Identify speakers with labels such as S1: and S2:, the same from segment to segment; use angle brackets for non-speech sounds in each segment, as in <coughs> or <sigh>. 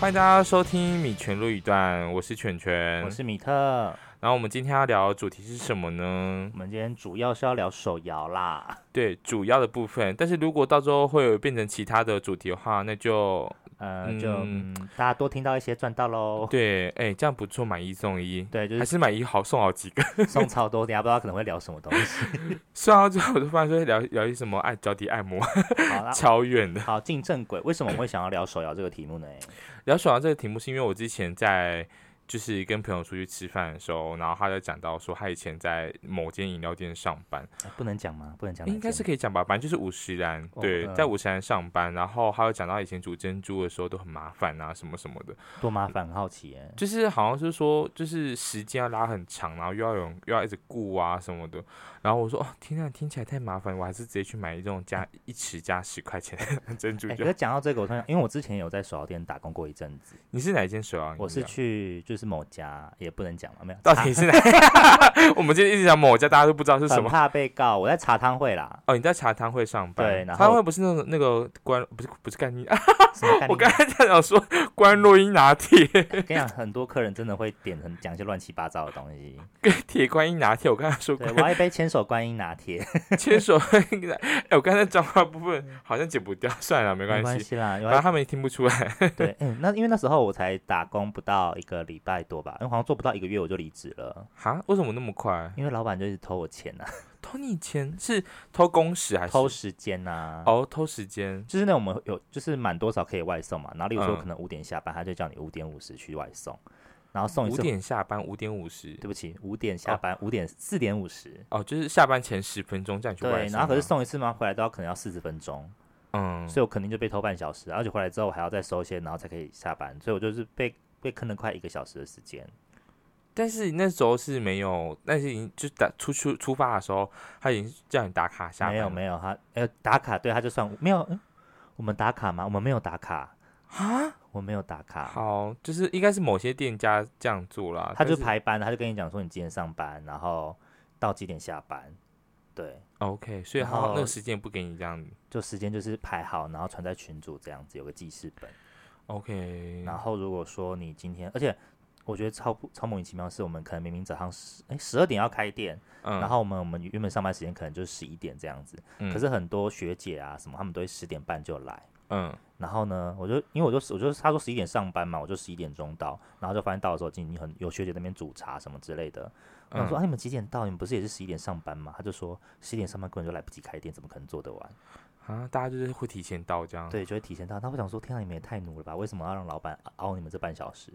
S1: 欢迎大家收听《米全录一段》，我是全全，
S2: 我是米特。
S1: 然后我们今天要聊的主题是什么呢？
S2: 我们今天主要是要聊手摇啦，
S1: 对，主要的部分。但是如果到时候会有变成其他的主题的话，那就
S2: 呃，就、
S1: 嗯
S2: 嗯大家多听到一些赚到喽。
S1: 对，哎，这样不错，买一送一，
S2: 对，就
S1: 还
S2: 是
S1: 是买一好送好几个。 <laughs>
S2: 送超多，等 <laughs> 一下不知道可能会聊什么东西。
S1: 送到之后，我就发现说聊聊一什么按脚底按摩，
S2: 好啦，
S1: 超远的。
S2: 好进正轨，为什么我会想要聊手摇这个题目呢？哎
S1: 聊手摇这个题目是因为我之前在就是跟朋友出去吃饭的时候，然后他就讲到说他以前在某间饮料店上班，
S2: 呃不能讲吗？不能讲哪间，
S1: 应该是可以讲吧，反正就是五十岚，
S2: 哦
S1: 对，
S2: 嗯
S1: 在五十岚上班，然后还有讲到以前煮珍珠的时候都很麻烦啊，什么什么的，
S2: 多麻烦，很好奇耶。
S1: 就是好像是说就是时间要拉很长，然后又要有人又要一直顾啊什么的，然后我说哦天啊，听起来太麻烦，我还是直接去买这种加一匙加十块钱的 <laughs> 珍珠
S2: 哎、
S1: 就
S2: 嗯可
S1: 好。
S2: 是讲到这个，我突然，因为我之前有在手摇店打工过一阵子，
S1: 你是哪一间水啊？
S2: 我是
S1: 你知道
S2: 去就是某家，也不能讲了，没有，
S1: 到底是哪？ <laughs> 我们今天一直讲某家，大家都不知道是
S2: 很
S1: 什么。
S2: 怕被告，我在茶汤会
S1: <laughs>
S2: 啦，
S1: 哦，你在茶汤会上班？
S2: 对然
S1: 茶汤
S2: 后
S1: 会不是那种那个关，不是不是干你啊！
S2: 什么概
S1: 我
S2: 念
S1: 刚才在想说关洛英拿铁，
S2: 跟你讲，很多客人真的会点很讲一些乱七八糟的东西。
S1: 铁观音拿铁，我刚才说
S2: 对，
S1: 过
S2: 我要一杯千手观音拿铁，
S1: 牵手， <laughs> 哎、我刚才脏话部分好像剪不掉，算了，没
S2: 嗯没
S1: 关
S2: 关
S1: 系，
S2: 系啦，有啊
S1: 反正他们也听不出来。 <laughs>
S2: 对，嗯，那因为那时候我才打工不到一个礼拜多吧，因为好像做不到一个月我就离职了，
S1: 哈，为什么那么快？
S2: 因为老板就一直偷我钱呐、
S1: 偷你钱是偷工时还是
S2: 偷时间呐、
S1: 哦，偷时间
S2: 就是那我们有就是满多少可以外送嘛，然后例如说
S1: 嗯
S2: 可能五点下班，他就叫你五点五十去外送，然后送一
S1: 五
S2: 次，
S1: 点下班，五点五十
S2: 对不起，五点下班，五、点四点五十，
S1: 哦，就是下班前十分钟这样去外
S2: 对，
S1: 送
S2: 然后可是
S1: 吗
S2: 送一次嘛，回来都要可能要四十分钟，
S1: 嗯，
S2: 所以我肯定就被偷半小时，而且回来之后我还要再收一些，然后才可以下班，所以我就是被被坑了快一个小时的时间。
S1: 但是那时候是没有，那是已经就打出出出发的时候，他已经叫你打卡下班
S2: 没有
S1: 了
S2: 没有，他呃打卡对他就算没有、嗯，我们打卡吗？我们没有打卡啊，我没有打卡，
S1: 好，就是应该是某些店家这样做啦，
S2: 他就
S1: 但是
S2: 排班，他就跟你讲说你几点上班，然后到几点下班，对，
S1: OK，所以
S2: 然
S1: 他那
S2: 后
S1: 个时间不给你这样子
S2: 就时间就是排好，然后传在群组这样子，有个记事本。
S1: OK，
S2: 然后如果说你今天，而且我觉得超不超莫名其妙，是我们可能明明早上十哎十二点要开店，
S1: 嗯
S2: 然后我们我们原本上班时间可能就是十一点这样子，
S1: 嗯
S2: 可是很多学姐啊什么，他们都会十点半就来。
S1: 嗯，
S2: 然后呢，我就因为我就我就他说十一点上班嘛，我就十一点钟到，然后就发现到的时候，已经很有学姐在那边煮茶什么之类的。我想
S1: 嗯
S2: 说、啊，你们几点到？你们不是也是十一点上班吗？他就说十一点上班根本就来不及开店，怎么可能做得完？
S1: 啊，大家就是会提前到这样。，
S2: 对，就会提前到。那我想说，天啊，你们也太努了吧？为什么要让老板啊熬你们这半小时？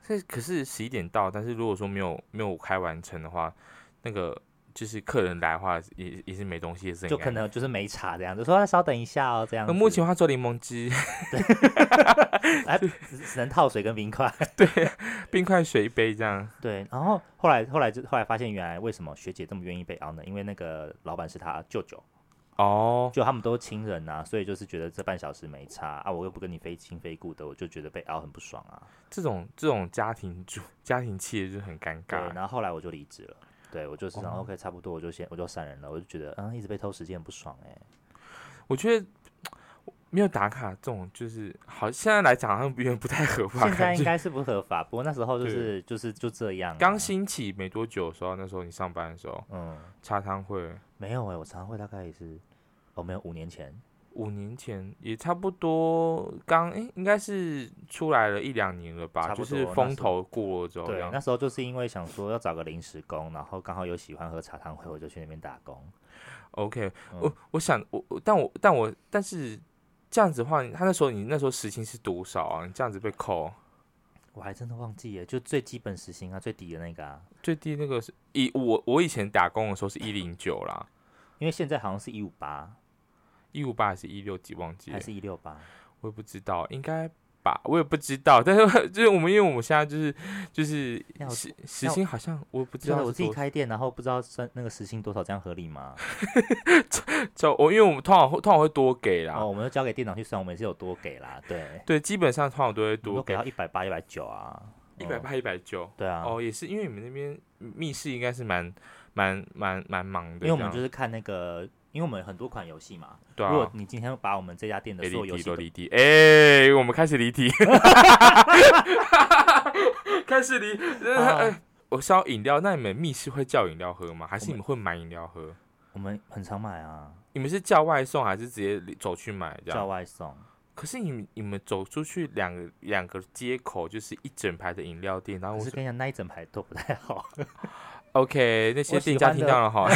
S1: 所以可是十一点到，但是如果说没有没有开完成的话，那个就是客人来的话，也也是没东西，也是很
S2: 就
S1: 尴
S2: 可
S1: 尬。
S2: 能就是没茶这样，就说啊稍等一下哦，这样
S1: 那
S2: 子。
S1: 目前的话做柠檬汁、 <laughs>
S2: 哎，只只能套水跟冰块。 <laughs>
S1: 冰块水一杯这样。
S2: 对，然后后来后来就后来发现，原来为什么学姐这么愿意被熬呢？因为那个老板是她舅舅，
S1: 哦，
S2: 就他们都亲人呐、所以就是觉得这半小时没差啊，我又不跟你非亲非故的，我就觉得被熬很不爽啊。
S1: 这种这种家庭主家庭企业就是很尴
S2: 对，
S1: 尬。
S2: 然后后来我就离职了。对，我就是想、
S1: 哦
S2: OK，差不多，我就先我就闪人了，我就觉得嗯，一直被偷时间很不爽哎、
S1: 我觉得。没有打卡这种，就是好。现在来讲，好像有点不太合法。
S2: 现在
S1: 感
S2: 应
S1: 觉
S2: 该是不合法，不过那时候就是就是就这样、啊。
S1: 刚兴起没多久的时候，那时候你上班的时候，
S2: 嗯，
S1: 茶汤会
S2: 没有哎、我常会大概也是哦，没有五年前，
S1: 五年前也差不多刚，诶应该是出来了一两年了吧，
S2: 差不
S1: 就
S2: 多
S1: 是风头过了之后这
S2: 对，
S1: 样。
S2: 那时候就是因为想说要找个临时工，然后刚好有喜欢喝茶汤会，我就去那边打工。
S1: OK，、
S2: 嗯
S1: 我我想我我但我但我但是这样子的话，他那时候你那时候时薪是多少啊？你这样子被扣
S2: 我还真的忘记耶，欸就最基本时薪啊，最低的那个啊，
S1: 最低那个是以我我以前打工的时候是一零九啦，
S2: 因为现在好像是一五八
S1: 一五八还是一六几忘记了
S2: 还，是一六八，
S1: 我也不知道，应该。吧，我也不知道， <laughs> 但是就是我们，因为我们现在就是就是
S2: 要
S1: 时时
S2: 要
S1: 薪好像我也不知道
S2: 真的
S1: 是
S2: 我自己
S1: 多
S2: 开店，然后不知道算那个时薪多少，这样合理吗？
S1: 就我因为我们通常会通常会多给啦，
S2: 哦，我们就交给店长去算，我们也是有多给啦，对，
S1: 对，基本上通常都会
S2: 我们
S1: 多
S2: 都给
S1: 给
S2: 到一百八、一百九啊，
S1: 一百
S2: 嗯，
S1: 八、一百九。
S2: 对啊，
S1: 哦，也是因为你们那边密室应该是蛮蛮蛮蛮忙的
S2: 因
S1: 这样，
S2: 为我们就是看那个，因因为我们很多款游戏嘛。
S1: 对
S2: 如果
S1: 啊。
S2: 你今天把我们这家店的
S1: 哎
S2: 所有
S1: 离
S2: 游
S1: 题
S2: 戏
S1: 都
S2: 都
S1: 离题，哎、我们开始离题， <laughs> 开始离。
S2: 啊
S1: 呃我是要饮料，那你们密室会叫饮料喝吗？还是你们会买饮料喝？
S2: 我们很常买啊，
S1: 你们是叫外送还是直接走去买这
S2: 叫
S1: 样？啊
S2: 外送。
S1: 可是你们你们走出去两个两个街口就是一整排的饮料店，然后
S2: 可
S1: 我
S2: 是
S1: 说
S2: 跟你讲，那一整排都不太好，
S1: OK，那些店
S2: 喜
S1: 家
S2: 欢
S1: 听
S2: 的
S1: 到了哈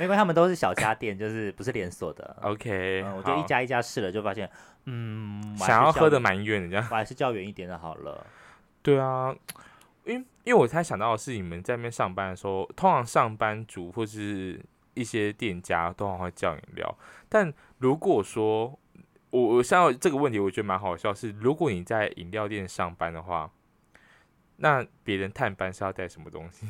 S2: 因为他们都是小家店，就是不是连锁的。
S1: <laughs> ，OK，
S2: 嗯，我就一
S1: 好
S2: 家一家试了，就发现，嗯，我还
S1: 想
S2: 是
S1: 要
S2: 叫
S1: 喝的，蛮远的这样。
S2: 我还是叫远一点的好了。
S1: 对啊，因为因为我才想到的是，你们在那边上班的时候，通常上班族或是一些店家通常会叫饮料。但如果说我我像这个问题，我觉得蛮好笑是，如果你在饮料店上班的话，那别人探班是要带什么东西？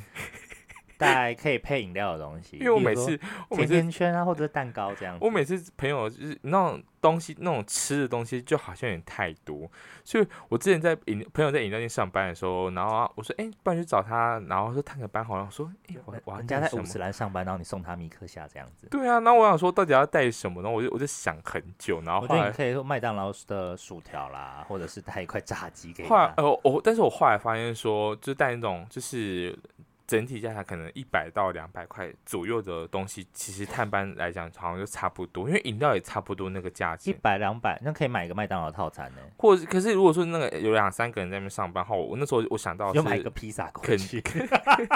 S2: 大概可以配饮料的东西，
S1: 因为我
S2: 例如
S1: 每
S2: 说
S1: 次我每
S2: 甜
S1: 次
S2: 甜圈啊，或者是蛋糕这样子。
S1: 我每次朋友就是那种东西，那种吃的东西就好像有点太多，所以我之前在饮朋友在饮料店上班的时候，然后、啊、我说，哎、不然去找他，然后说探个班好了，我说，哎、我我要
S2: 人家
S1: 带
S2: 在
S1: 什
S2: 五
S1: 么？
S2: 十岚上班，然后你送他米克夏这样子。
S1: 对啊，那我想说到底要带什么呢？我就我就想很久，然后
S2: 我
S1: 后
S2: 觉得你
S1: 来
S2: 可以说麦当劳的薯条啦，或者是带一块炸鸡给
S1: 后来
S2: 他。
S1: 呃我，但是我后来发现说，就带那种就是整体价钱可能一百到两百块左右的东西，其实探班来讲好像就差不多，因为饮料也差不多那个价
S2: 一
S1: 钱。
S2: 百两百，那可以买一个麦当劳套餐呢、
S1: 或者是可是如果说那个有两三个人在那边上班后，我那时候我想到
S2: 就买一个
S1: 哦是，
S2: 披萨过
S1: 肯
S2: 去。
S1: <laughs>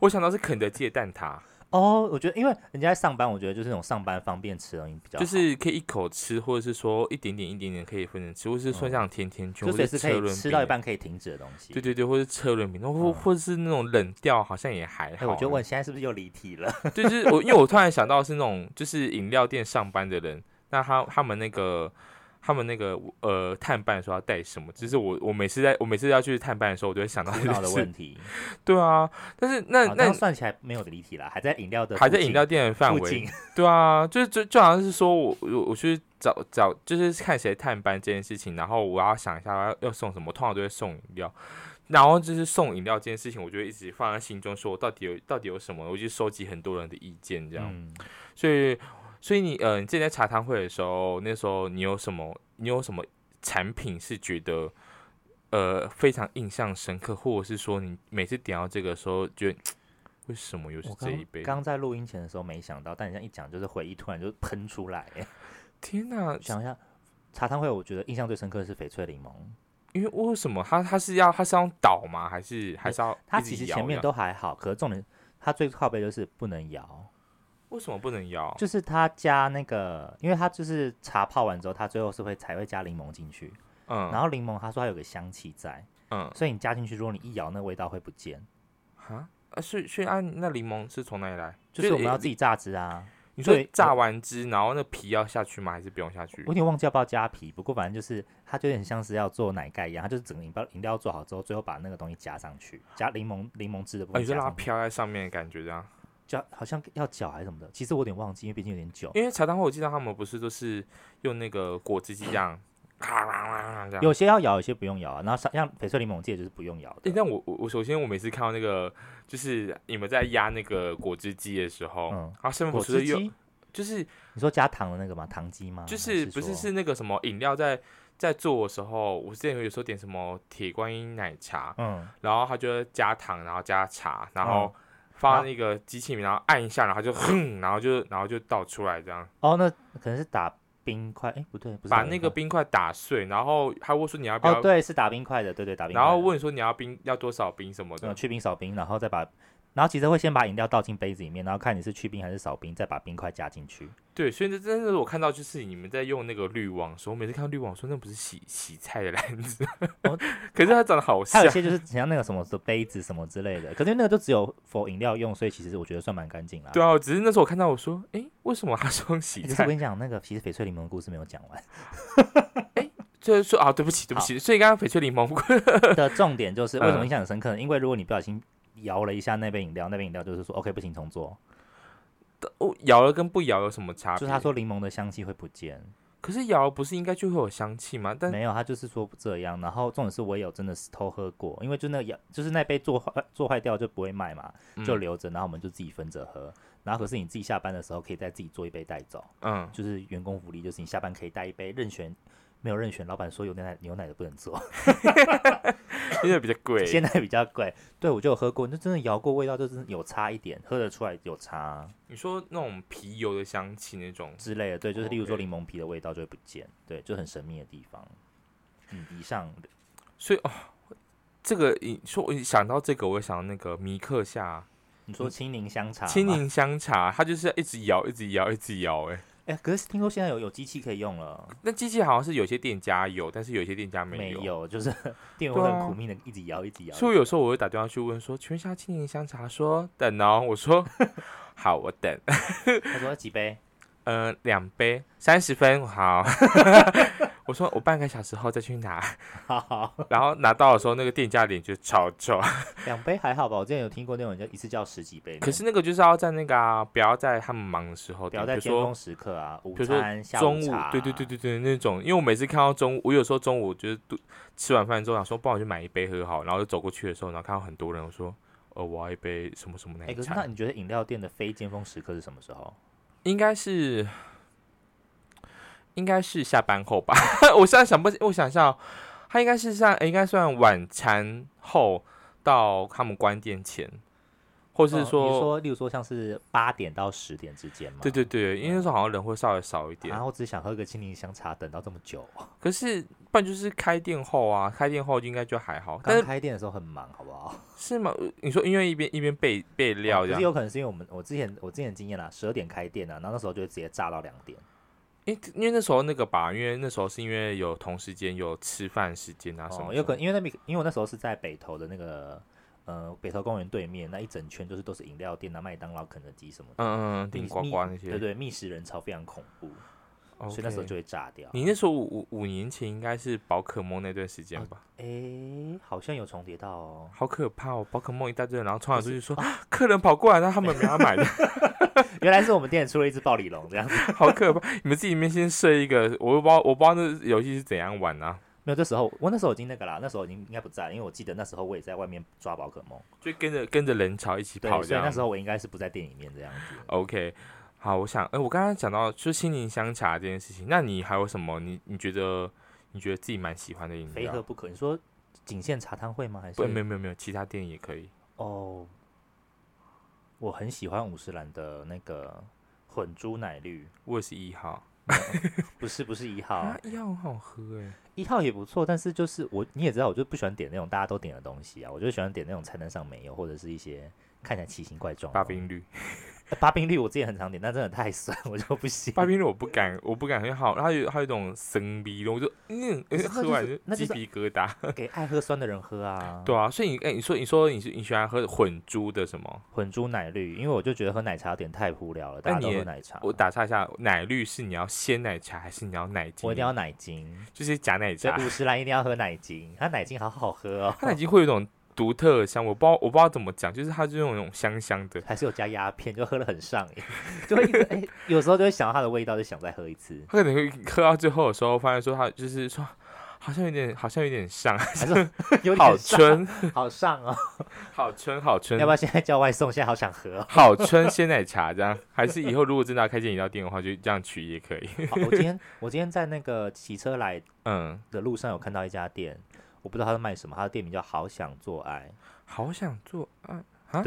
S1: 我想到是肯德基的蛋挞，
S2: 哦，我觉得因为人家在上班，我觉得就是那种上班方便吃的东西比较好，
S1: 就是可以一口吃，或者是说一点点一点点可以分着吃，或者是说像甜甜圈，
S2: 嗯就
S1: 或
S2: 随
S1: 者
S2: 时
S1: 是
S2: 可
S1: 车
S2: 以
S1: 轮
S2: 吃
S1: 饼，
S2: 到一半可以停止的东西。
S1: 对对对，或者是车轮饼，然后或
S2: 嗯
S1: 或者是那种冷调，好像也还
S2: 哎，
S1: 好。啊
S2: 我就问，现在是不是又离
S1: <laughs>
S2: 题了？
S1: 就是我，因为我突然想到是那种就是饮料店上班的人，那他他们那个他们那个呃探班说要带什么，就是我我每次在我每次要去探班的时候，我就会想到
S2: 苦
S1: 这
S2: 恼
S1: 件
S2: 的
S1: 事。
S2: 问题。
S1: 对啊，但是那
S2: 好，这
S1: 那
S2: 样算起来没有离题啦，还在饮料的
S1: 还在
S2: 附
S1: 饮
S2: 近
S1: 料店的范
S2: 附
S1: 围
S2: 近，
S1: 对啊，就就就好像是说我我我去找找，就是看谁探班这件事情，然后我要想一下要要送什么，通常都会送饮料，然后就是送饮料这件事情，我就会一直放在心中，说我到底有到底有什么，我就收集很多人的意见这样，
S2: 嗯，
S1: 所以所以你呃你之前在茶汤会的时候，那时候你有什么你有什么产品是觉得呃非常印象深刻，或者是说你每次点到这个的时候觉得为什么又是
S2: 我
S1: 这一
S2: 刚
S1: 杯？
S2: 刚在录音前的时候没想到，但你这样一讲，就是回忆突然就喷出来、 <laughs> 欸。
S1: 天哪！
S2: 想一下，茶汤会，我觉得印象最深刻的是翡翠柠檬，
S1: 因为为什么他他是要他是要倒吗？还是还是要
S2: 它
S1: 一直
S2: 其实
S1: 摇
S2: 前面
S1: 的
S2: 都还好，可是重点它最靠背就是不能摇，
S1: 哦为什么不能摇？
S2: 就是它加那个，因为它就是茶泡完之后，它最后是会才会加柠檬进去，然
S1: 嗯
S2: 后柠檬它说它有个香气在，
S1: 嗯
S2: 所以你加进去，如果你一摇，那味道会不见，
S1: 啊啊！所以所以啊，那柠檬是从哪里来？
S2: 就是我们要自
S1: 己
S2: 己榨汁啊。
S1: 你说
S2: 对
S1: 榨完汁，然后那皮要下去吗？还是不用下去
S2: 我有？点忘记要不要加皮，不过反正就是它就有点像是要做奶盖一样，它就是整个饮料饮料做好之后，最后把那个东西加上去，加柠檬柠檬汁的部
S1: 啊，
S2: 分
S1: 你就
S2: 加
S1: 让它
S2: 上去，
S1: 飘在上面的感觉这样。
S2: 加好像要搅还是什么的，其实我有点忘记，因为毕竟有点久。
S1: 因为茶汤会，我记得他们不是都是用那个果汁机这样，咔啦啦啦这样。
S2: 有些要咬，有些不用咬啊。然后像像翡翠柠檬界就是不用咬
S1: 诶
S2: 的，
S1: 但我我我首先我每次看到那个，就是你们在压那个果汁机的时候，
S2: 嗯
S1: 然后上面
S2: 果
S1: 不是
S2: 汁
S1: 有
S2: 机，
S1: 就是
S2: 你说加糖的那个吗？糖机吗？
S1: 就
S2: 还
S1: 是不是
S2: 说
S1: 是那个什么饮料在在做的时候，我之前有时候点什么铁观音奶茶，
S2: 嗯，
S1: 然后它就会加糖，然后加茶，然后放到那个机器里面，然后按一下，然后它就哼，然后就然后就倒出来这样，
S2: 哦，那可能是打冰块，哎，不对，不是
S1: 把
S2: 打
S1: 那个
S2: 冰
S1: 冰块打碎，然后还会说你要不
S2: 块
S1: 要，
S2: 哦，对，是打冰块的，对对，打冰块
S1: 然
S2: 的。
S1: 后问说你要冰要多少冰什么
S2: 呃
S1: 的，
S2: 去冰少冰，然后再把，然后其实会先把饮料倒进杯子里面，然后看你是去冰还是少冰，再把冰块加进去。
S1: 对，所以这真的是我看到就是你们在用那个滤网的时候，我每次看到滤网我说那不是洗洗菜的篮子，
S2: 哦
S1: <laughs> 可是啊它长得好
S2: 还
S1: 像
S2: 有一，些就是像那个什么的杯子什么之类的，可是那个就只有否饮料用，所以其实我觉得算蛮干净啦。
S1: 对啊，只是那时候我看到我说，诶，为什么他说洗
S2: 诶可是我
S1: 菜？
S2: 跟你讲，那个其实翡翠柠檬的故事没有讲完
S1: 就是说啊，对不起，对不起，所以刚刚翡翠柠檬
S2: 的重点就是为什么
S1: 嗯
S2: 印象很深刻呢？因为如果你不小心摇了一下那杯饮料，那杯饮料就是说 OK 不行重做，
S1: 哦，摇了跟不摇有什么差别？
S2: 就是他，说柠檬的香气会不见，
S1: 可是摇了不是应该就会有香气吗？但
S2: 没有他就是说不这样。然后重点是我也有真的是偷喝过，呃因为就那个摇就是那杯做坏做坏掉就不会卖嘛，就
S1: 嗯
S2: 留着，然后我们就自己分着喝。然后可是你自己下班的时候可以再自己做一杯带走，
S1: 嗯，
S2: 就是员工福利，就是你下班可以带一杯任选。没有任选，老板说有牛奶牛奶的不能做，
S1: 因为比较贵，
S2: 鲜奶比较贵。对我就有喝过，那真的摇过，味道就是有差一点，喝得出来有差、
S1: 你说那种皮油的香气那种，
S2: 之类的，对，就是例如说
S1: OK
S2: 柠檬皮的味道就会不见，对，就很神秘的地方。嗯，以上
S1: 所以哦，这个你说我一想到这个，我想到那个米克夏啊
S2: 你说青柠香茶吗，
S1: 嗯青柠香茶，它就是要一直摇，一直摇，一直摇，哎，
S2: 哎、可是听说现在有有机器可以用了，
S1: 那机器好像是有些店家有，但是有些店家
S2: 没
S1: 有。
S2: 就是 <laughs> 店
S1: 对
S2: 员会
S1: 啊
S2: 很苦命的一直摇，一直摇。
S1: 所以有时候我会打电话去问说，请问一下青柠香茶说等哦，我说 <laughs> 好，我等，
S2: 他说几杯，
S1: 呃，两杯三十分，好， <laughs> 我说我半个小时后再去拿，
S2: 好好，
S1: 然后拿到的时候，那个店家脸就超臭，
S2: 两杯还好吧？我之前有听过那种人家一次叫十几杯的，
S1: 可是那个就是要在那个啊，不要在他们忙的时候
S2: 不
S1: 点，
S2: 要
S1: 比
S2: 在
S1: 如
S2: 巅
S1: 说
S2: 峰时刻啊，午
S1: 比如说
S2: 餐、下
S1: 中
S2: 午
S1: 午
S2: 茶，，
S1: 对对对，对对，那种，因为我每次看到中午，我有时候中午就是肚吃完饭之后想说，帮我去买一杯喝好，然后就走过去的时候，然后看到很多人，我说，呃，我要一杯什么什么
S2: 哎、
S1: 奶
S2: 可是
S1: 茶，
S2: 那你觉得饮料店的非尖峰时刻是什么时候？
S1: 应该是，应该是下班后吧， <laughs> 我现在想不起，我想一下哦，它应该是像，应该算晚餐后到他们关店前，或
S2: 哦
S1: 是
S2: 你
S1: 说，
S2: 说，例如说像是八点到十点之间吗？
S1: 对对对，因为那时候好像人会稍微少一点
S2: 然，后只想喝个青柠香茶，等到这么久，
S1: 可是不然就是开店后啊，开店后应该就还好，但
S2: 刚
S1: 是
S2: 开店的时候很忙，好不好？ <laughs>
S1: 是吗？呃你说因为一边一边备备料
S2: 哦
S1: 这
S2: 可是
S1: 样，
S2: 有可能是因为我们我之前我之前的经验啦，十二点开店啊，然后那时候就会直接炸到两点。
S1: 因为因为那时候那个吧，因为那时候是因为有同时间有吃饭时间啊什么
S2: 哦，
S1: 的，
S2: 有可能因为那边，因为我那时候是在北投的那个呃北投公园对面，那一整圈就是都是饮料店啊、麦当劳、肯德基什么
S1: 嗯
S2: 的，
S1: 嗯嗯，
S2: 密
S1: 顶呱呱那些，
S2: 对对，觅食人潮非常恐怖，所以那时候
S1: OK
S2: 就会炸掉。
S1: 你那时候五五五年前应该是宝可梦那段时
S2: 哦
S1: 间吧，
S2: 诶，好像有重叠到哦。
S1: 好可怕哦！宝可梦一大堆人，然后冲来出去说、啊客人跑过来，让他们没有买的，
S2: 原来是我们店出了一只暴鲤龙这样子， <laughs>
S1: 好可怕！你们自己里面先设一个，我不知道我不知道那游戏是怎样玩啊，
S2: 没有。这时候我那时候已经那个啦，那时候已经应该不在，因为我记得那时候我也在外面抓宝可梦，
S1: 就跟着跟着人潮一起
S2: 对，
S1: 跑这
S2: 所以
S1: 样
S2: 那。时候我应该是不在店里面这样子。
S1: OK，好，我想，哎、我刚刚讲到就是心灵香茶这件事情，那你还有什么？你你觉得你觉得自己蛮喜欢的饮
S2: 非喝
S1: 料？
S2: 不可。你说仅限茶汤会吗？还
S1: 不，没有
S2: 是
S1: 没有没有，其他店也可以。
S2: 哦？我很喜欢五十岚的那个混珠奶绿，
S1: 我也是一号
S2: 不是不是一号
S1: 啊，，一号很好喝哎、
S2: 一号也不错，但是就是我你也知道，我就不喜欢点那种大家都点的东西啊，我就喜欢点那种菜单上没有，或者是一些看起来奇形怪状的
S1: 八
S2: 东西。
S1: 冰绿，
S2: 呃八冰绿我之前很常点，但真的太酸， <laughs> 我就不行。
S1: 八冰绿我不敢，我不敢，很好，它有它有一种生逼的，我就嗯，
S2: 可是那
S1: 喝
S2: 就是
S1: 完就
S2: 那就
S1: 鸡
S2: 是
S1: 皮疙瘩。
S2: 给爱喝酸的人喝啊。
S1: 对啊，所以你哎、你说你说你是你喜欢喝混珠的什么？
S2: 混珠奶绿，因为我就觉得喝奶茶有点太无聊了，大
S1: 那哎
S2: 家
S1: 你
S2: 都
S1: 也
S2: 喝奶茶。
S1: 我打岔一下，奶绿是你要鲜奶茶还是你要啊奶精？
S2: 我一定要
S1: <laughs>
S2: 奶精。
S1: 就是假奶
S2: 所
S1: 茶
S2: 以。五十岚一定要喝奶精，它奶精好好
S1: <laughs>
S2: 喝哦，
S1: 它已经会有一种独特的香，我不知道我不知道怎么讲，就是它就是那种香香的。
S2: 还是有加鸦片，就喝了很上
S1: <laughs>
S2: 瘾，就会一直哎、有时候就会想到它的味道，就想再喝一次，
S1: 它可能会喝到最后的时候，发现说它就是说好像有点好像有点
S2: <laughs>
S1: 上，
S2: 还
S1: <laughs>
S2: 是有点
S1: 好
S2: 上
S1: 春
S2: 好上哦，
S1: 好春好春
S2: 要不，要现在叫外送？现在好想喝、哦
S1: 好春鲜奶茶这样，还是以后如果真的要开间饮料店的话，就这样取也可以。 <laughs>
S2: 好哦我今天我今天在那个骑车来
S1: 嗯，
S2: 的路上有看到一家店，我不知道它在卖什么，它的店名叫好想做爱，
S1: 好想做啊
S2: <laughs>
S1: 啊！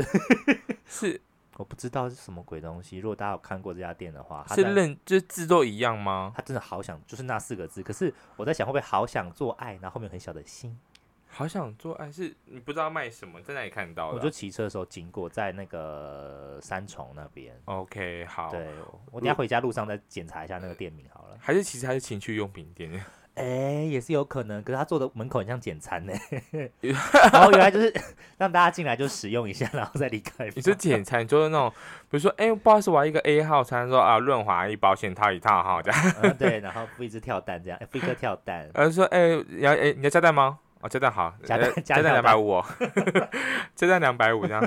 S1: 是
S2: 我不知道是什么鬼东西。如果大家有看过这家店的话，它
S1: 是
S2: 在
S1: 认就是字都一样吗？
S2: 它真的好想，就是那四个字。可是我在想，会不会好想做爱，然后后面有很小的心？
S1: 好想做爱是你不知道卖什么，在哪里看到
S2: 我
S1: 的
S2: 就
S1: 啊、
S2: 骑车的时候经过，在那个三重那边。
S1: OK 好，
S2: 对，我等下回家路上再检查一下那个店名好了。
S1: 还是其实还是情趣用品店。
S2: 哎、也是有可能，可是他做的门口很像简餐呢， <laughs> 然后原来就是 <laughs> 让大家进来就使用一下，然后再离开。
S1: 你是简餐，就是那种，比如说，哎、不好意思，我要一个 A 号餐，说啊，润滑一包，险套一套哈，这样。，
S2: 嗯、对，然后付一只跳蛋这样，哎付一颗跳蛋
S1: 然后说，哎、你要，哎、你要加蛋吗？哦，加蛋好，
S2: 加蛋
S1: 呃加
S2: 加
S1: 蛋
S2: 料
S1: 两百五， <laughs> 加蛋两百五这样。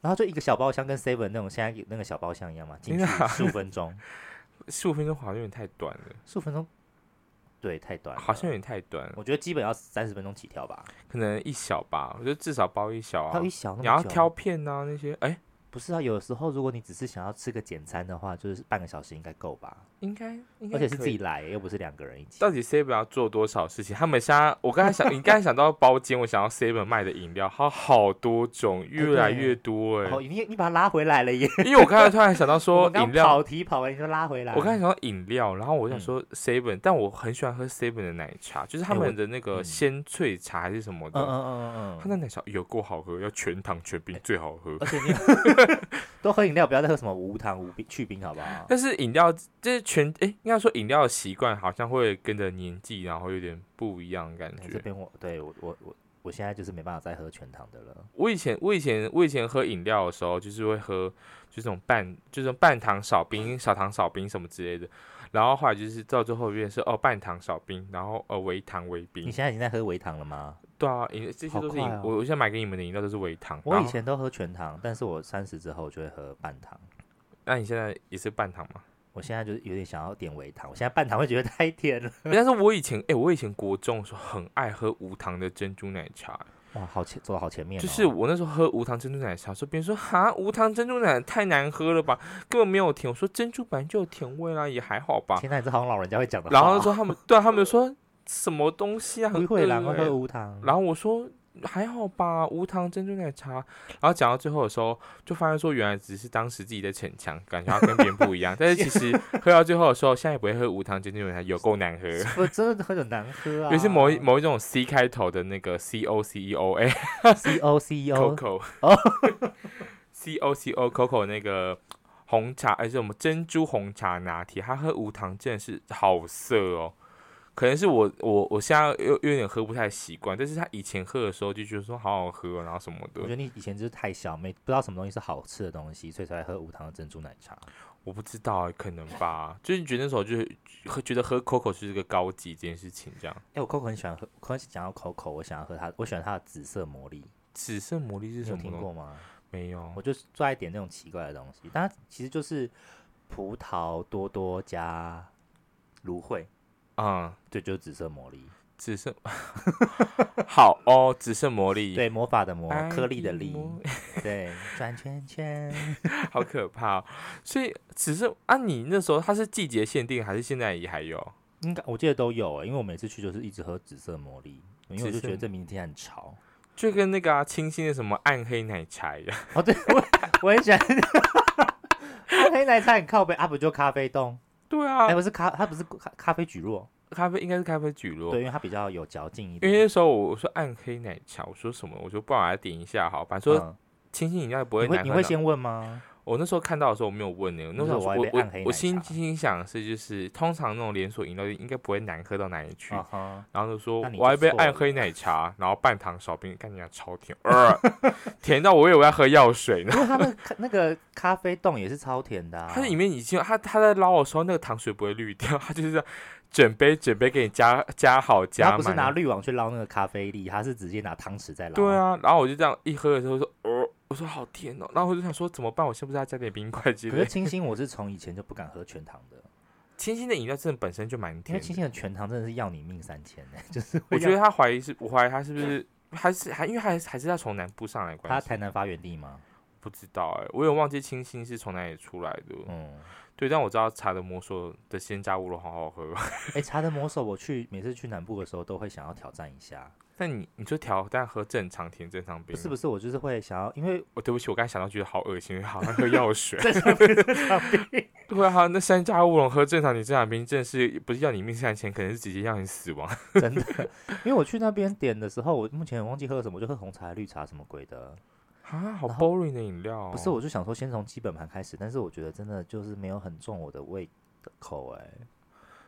S2: 然后就一个小包厢跟 seven 那种现在有那个小包厢一样嘛，进去
S1: 天啊
S2: 十五分钟，
S1: 十五分钟好像有点太短了，
S2: 十五分钟，对，太短了，
S1: 好像有点太短了，
S2: 我觉得基本要三十分钟起跳吧，
S1: 可能一小吧，我觉得至少包一小
S2: 还
S1: 啊
S2: 有一。小那么
S1: 你要
S2: 久
S1: 挑片啊那些，哎、
S2: 不是啊，有时候如果你只是想要吃个简餐的话，就是半个小时应该够吧，
S1: 应该应该
S2: 而且是
S1: 可
S2: 自己
S1: 以
S2: 来，又不是两个人一起。
S1: 到底 Seven 要做多少事情？他们现在，我刚才想，你刚才想到包间，我想要 Seven 卖的饮料，它好多种，越来越多哎、
S2: 哦，你你把它拉回来了耶！
S1: 因为我刚才突然想到
S2: 我
S1: 说
S2: 们刚
S1: 饮料，
S2: 跑题跑完你就拉回来。
S1: 我刚才想到饮料，然后我想
S2: 嗯
S1: 说 Seven，、但我很喜欢喝 Seven 的奶茶，就是他
S2: 哎我
S1: 们的那个
S2: 嗯
S1: 鲜萃茶还是什么的，
S2: 嗯嗯嗯嗯
S1: 他
S2: 嗯，
S1: 那奶茶有够好喝，要全糖全冰最好喝。
S2: 而且你
S1: <laughs>
S2: 多喝饮料，不要再喝什么无糖无冰去冰，好不好？
S1: 但是饮料就是全诶、应该说饮料的习惯好像会跟着年纪，然后有点不一样的感
S2: 哎这
S1: 觉。
S2: 边我对我我我我现在就是没办法再喝全糖的了。
S1: 我以前我以前我以前喝饮料的时候，就是会喝就是这种半就是半糖少冰、少糖少冰什么之类的，然后后来就是到最后变成是哦半糖少冰，然后呃微糖微
S2: 你
S1: 冰。
S2: 现在已经在喝微糖了吗？
S1: 对啊，饮这些
S2: 好
S1: 都是饮、
S2: 快哦
S1: 我我现在买给你们的饮料都是微糖。
S2: 我
S1: 然
S2: 以
S1: 后
S2: 前都喝全糖，但是我三十之后就会喝半糖。
S1: 那你现在也是半糖吗？
S2: 我现在就是有点想要点微糖，我现在半糖会觉得太甜了，
S1: 但是我以前诶、我以前国中的时候很爱喝无糖的珍珠奶茶、
S2: 哇，好前走得好前面、哦，
S1: 就是我那时候喝无糖珍珠奶茶，说别人说哈无糖珍珠奶太难喝了吧，根本没有甜。我说珍珠本来就有甜味啦，也还好吧。
S2: 现在这好像老人家会讲的话
S1: 然后
S2: 哦
S1: 说他们对、啊、他们说什么东西啊，很
S2: 不会啦，
S1: 恶
S2: 我
S1: 欸
S2: 喝无糖，
S1: 然后我说还好吧，无糖珍珠奶茶。然后讲到最后的时候，就发现说原来只是当时自己在逞强，感觉他跟别人不一样。但是其实喝到最后的时候，现在也不会喝无糖珍珠奶茶，有够难喝。
S2: 我真的很难喝啊， <laughs>
S1: 尤其是某一某一种 C 开头的那个 C O C E O A，
S2: C O C <laughs> O，
S1: Coco
S2: 哦
S1: <laughs> c O C O Coco 那个红茶，哎而且我们珍珠红茶拿铁，它喝无糖真的是好涩哦。可能是我我我现在又又有点喝不太习惯，但是他以前喝的时候就觉得说好好喝哦，然后什么
S2: 我
S1: 的
S2: 觉，得你以前就是太小，没不知道什么东西是好吃的东西，所以才会喝无糖的珍珠奶茶。
S1: 我不知道、欸可能吧，就是觉得那时候就是喝觉得喝 Coco 是一个高级这件事情，这样。
S2: 哎、我 Coco 很喜欢喝，我很想要 Coco，我想要喝它，我喜欢它的紫色魔力，
S1: 紫色魔力是
S2: 你
S1: 什
S2: 有
S1: 么
S2: 听
S1: 呢？
S2: 过吗？
S1: 没有
S2: 我，就是最爱点那种奇怪的东西，但它其实就是葡萄多多加芦荟，
S1: 嗯，
S2: 对，就是紫色魔力，
S1: 紫色， <laughs> 好哦，紫色魔力，
S2: 对，魔法的魔，
S1: 爱
S2: 颗粒的
S1: 一
S2: 粒，
S1: 摸
S2: 对，
S1: <laughs>
S2: 转圈圈。
S1: 好可怕、哦！所以只是啊，你那时候它是季节限定，还是现在也还有？
S2: 应该我记得都有、欸，因为我每次去就是一直喝紫色魔力，因为我
S1: 紫
S2: 就
S1: 色
S2: 觉得这明天很
S1: <laughs>
S2: 潮。
S1: 就跟那个、啊、清新的什么暗黑奶茶一样， <laughs>
S2: 哦，对，我我也喜欢。 <laughs> 暗黑奶茶很靠背，啊不就咖啡冻？
S1: 对
S2: 哎、
S1: 啊，
S2: 不是咖，它不是咖咖啡菊络，
S1: 咖啡应该是咖啡菊络
S2: 对，。因为它比较有嚼劲一
S1: 因
S2: 点。
S1: 为那时候我说暗黑奶茶，我说什么，我说不然我来点一下好，反正说
S2: 嗯
S1: 清新饮料也啊不
S2: 你
S1: 会难喝
S2: 会你会
S1: 到
S2: 先问吗？
S1: 我那时候看到的时候我没有问你，那时候
S2: 我还
S1: 我
S2: 被暗黑
S1: 我
S2: 奶
S1: 我心
S2: 茶
S1: 心想的是就是通常那种连锁饮料店应该不会难喝到哪里去，
S2: 啊哈，
S1: 然后就说
S2: 那你
S1: 我要一
S2: 就
S1: 杯
S2: 错
S1: 暗
S2: 了
S1: 黑奶茶，然后半糖少冰，看你俩超甜，呃 <laughs> 甜到我以为我要喝药水呢。
S2: 因为它们那个咖啡冻也是超甜的、啊，
S1: 它里面已经它它在捞的时候，那个糖水不会滤掉，它就是这样整杯整杯给你加加好
S2: 它
S1: 加
S2: 不是拿
S1: 满。
S2: 滤网去捞那个咖啡粒，它是直接拿汤匙在捞。
S1: 对，啊，然后我就这样一喝的时候说，哦，我说好甜哦，然后我就想说怎么办？我是不是要加点冰块之
S2: 可
S1: 类
S2: 是
S1: 的？
S2: 清新我是从以前就不敢喝全糖的，
S1: 清新的饮料真的本身就蛮
S2: 因
S1: 甜
S2: 为清
S1: 的，
S2: 新的全糖真的是要你命三千呢、就是会
S1: 我觉
S2: 让
S1: 得他怀疑是，我怀疑他是不是还是还因为还是还是要从南部上来的
S2: 他
S1: 关系，
S2: 台南发源地吗？
S1: 不知道哎、我有忘记清新是从哪里出来的。
S2: 嗯，
S1: 对，但我知道茶的魔手的鲜榨乌龙好好喝。 <laughs>
S2: 哎、茶的魔手，我去每次去南部的时候都会想要挑战一下，
S1: 但你你说调，但喝正常甜正常冰，
S2: 不是不是，我就是会想要，因为
S1: 哦我对不起，我刚才想到觉得好恶心，好像喝药水。
S2: 在上面在上面
S1: <laughs> 对啊，那山楂乌龙喝正常，你正常冰真的是不是要你命三千，可能是直接要你死亡。啊
S2: 真的， <laughs> 因为我去那边点的时候，我目前忘记喝什么，我就喝红茶、绿茶什么鬼的，
S1: 啊，好
S2: 然后
S1: boring 的饮料、哦。
S2: 不是，我就想说先从基本盘开始，但是我觉得真的就是没有很重我的胃口、哎，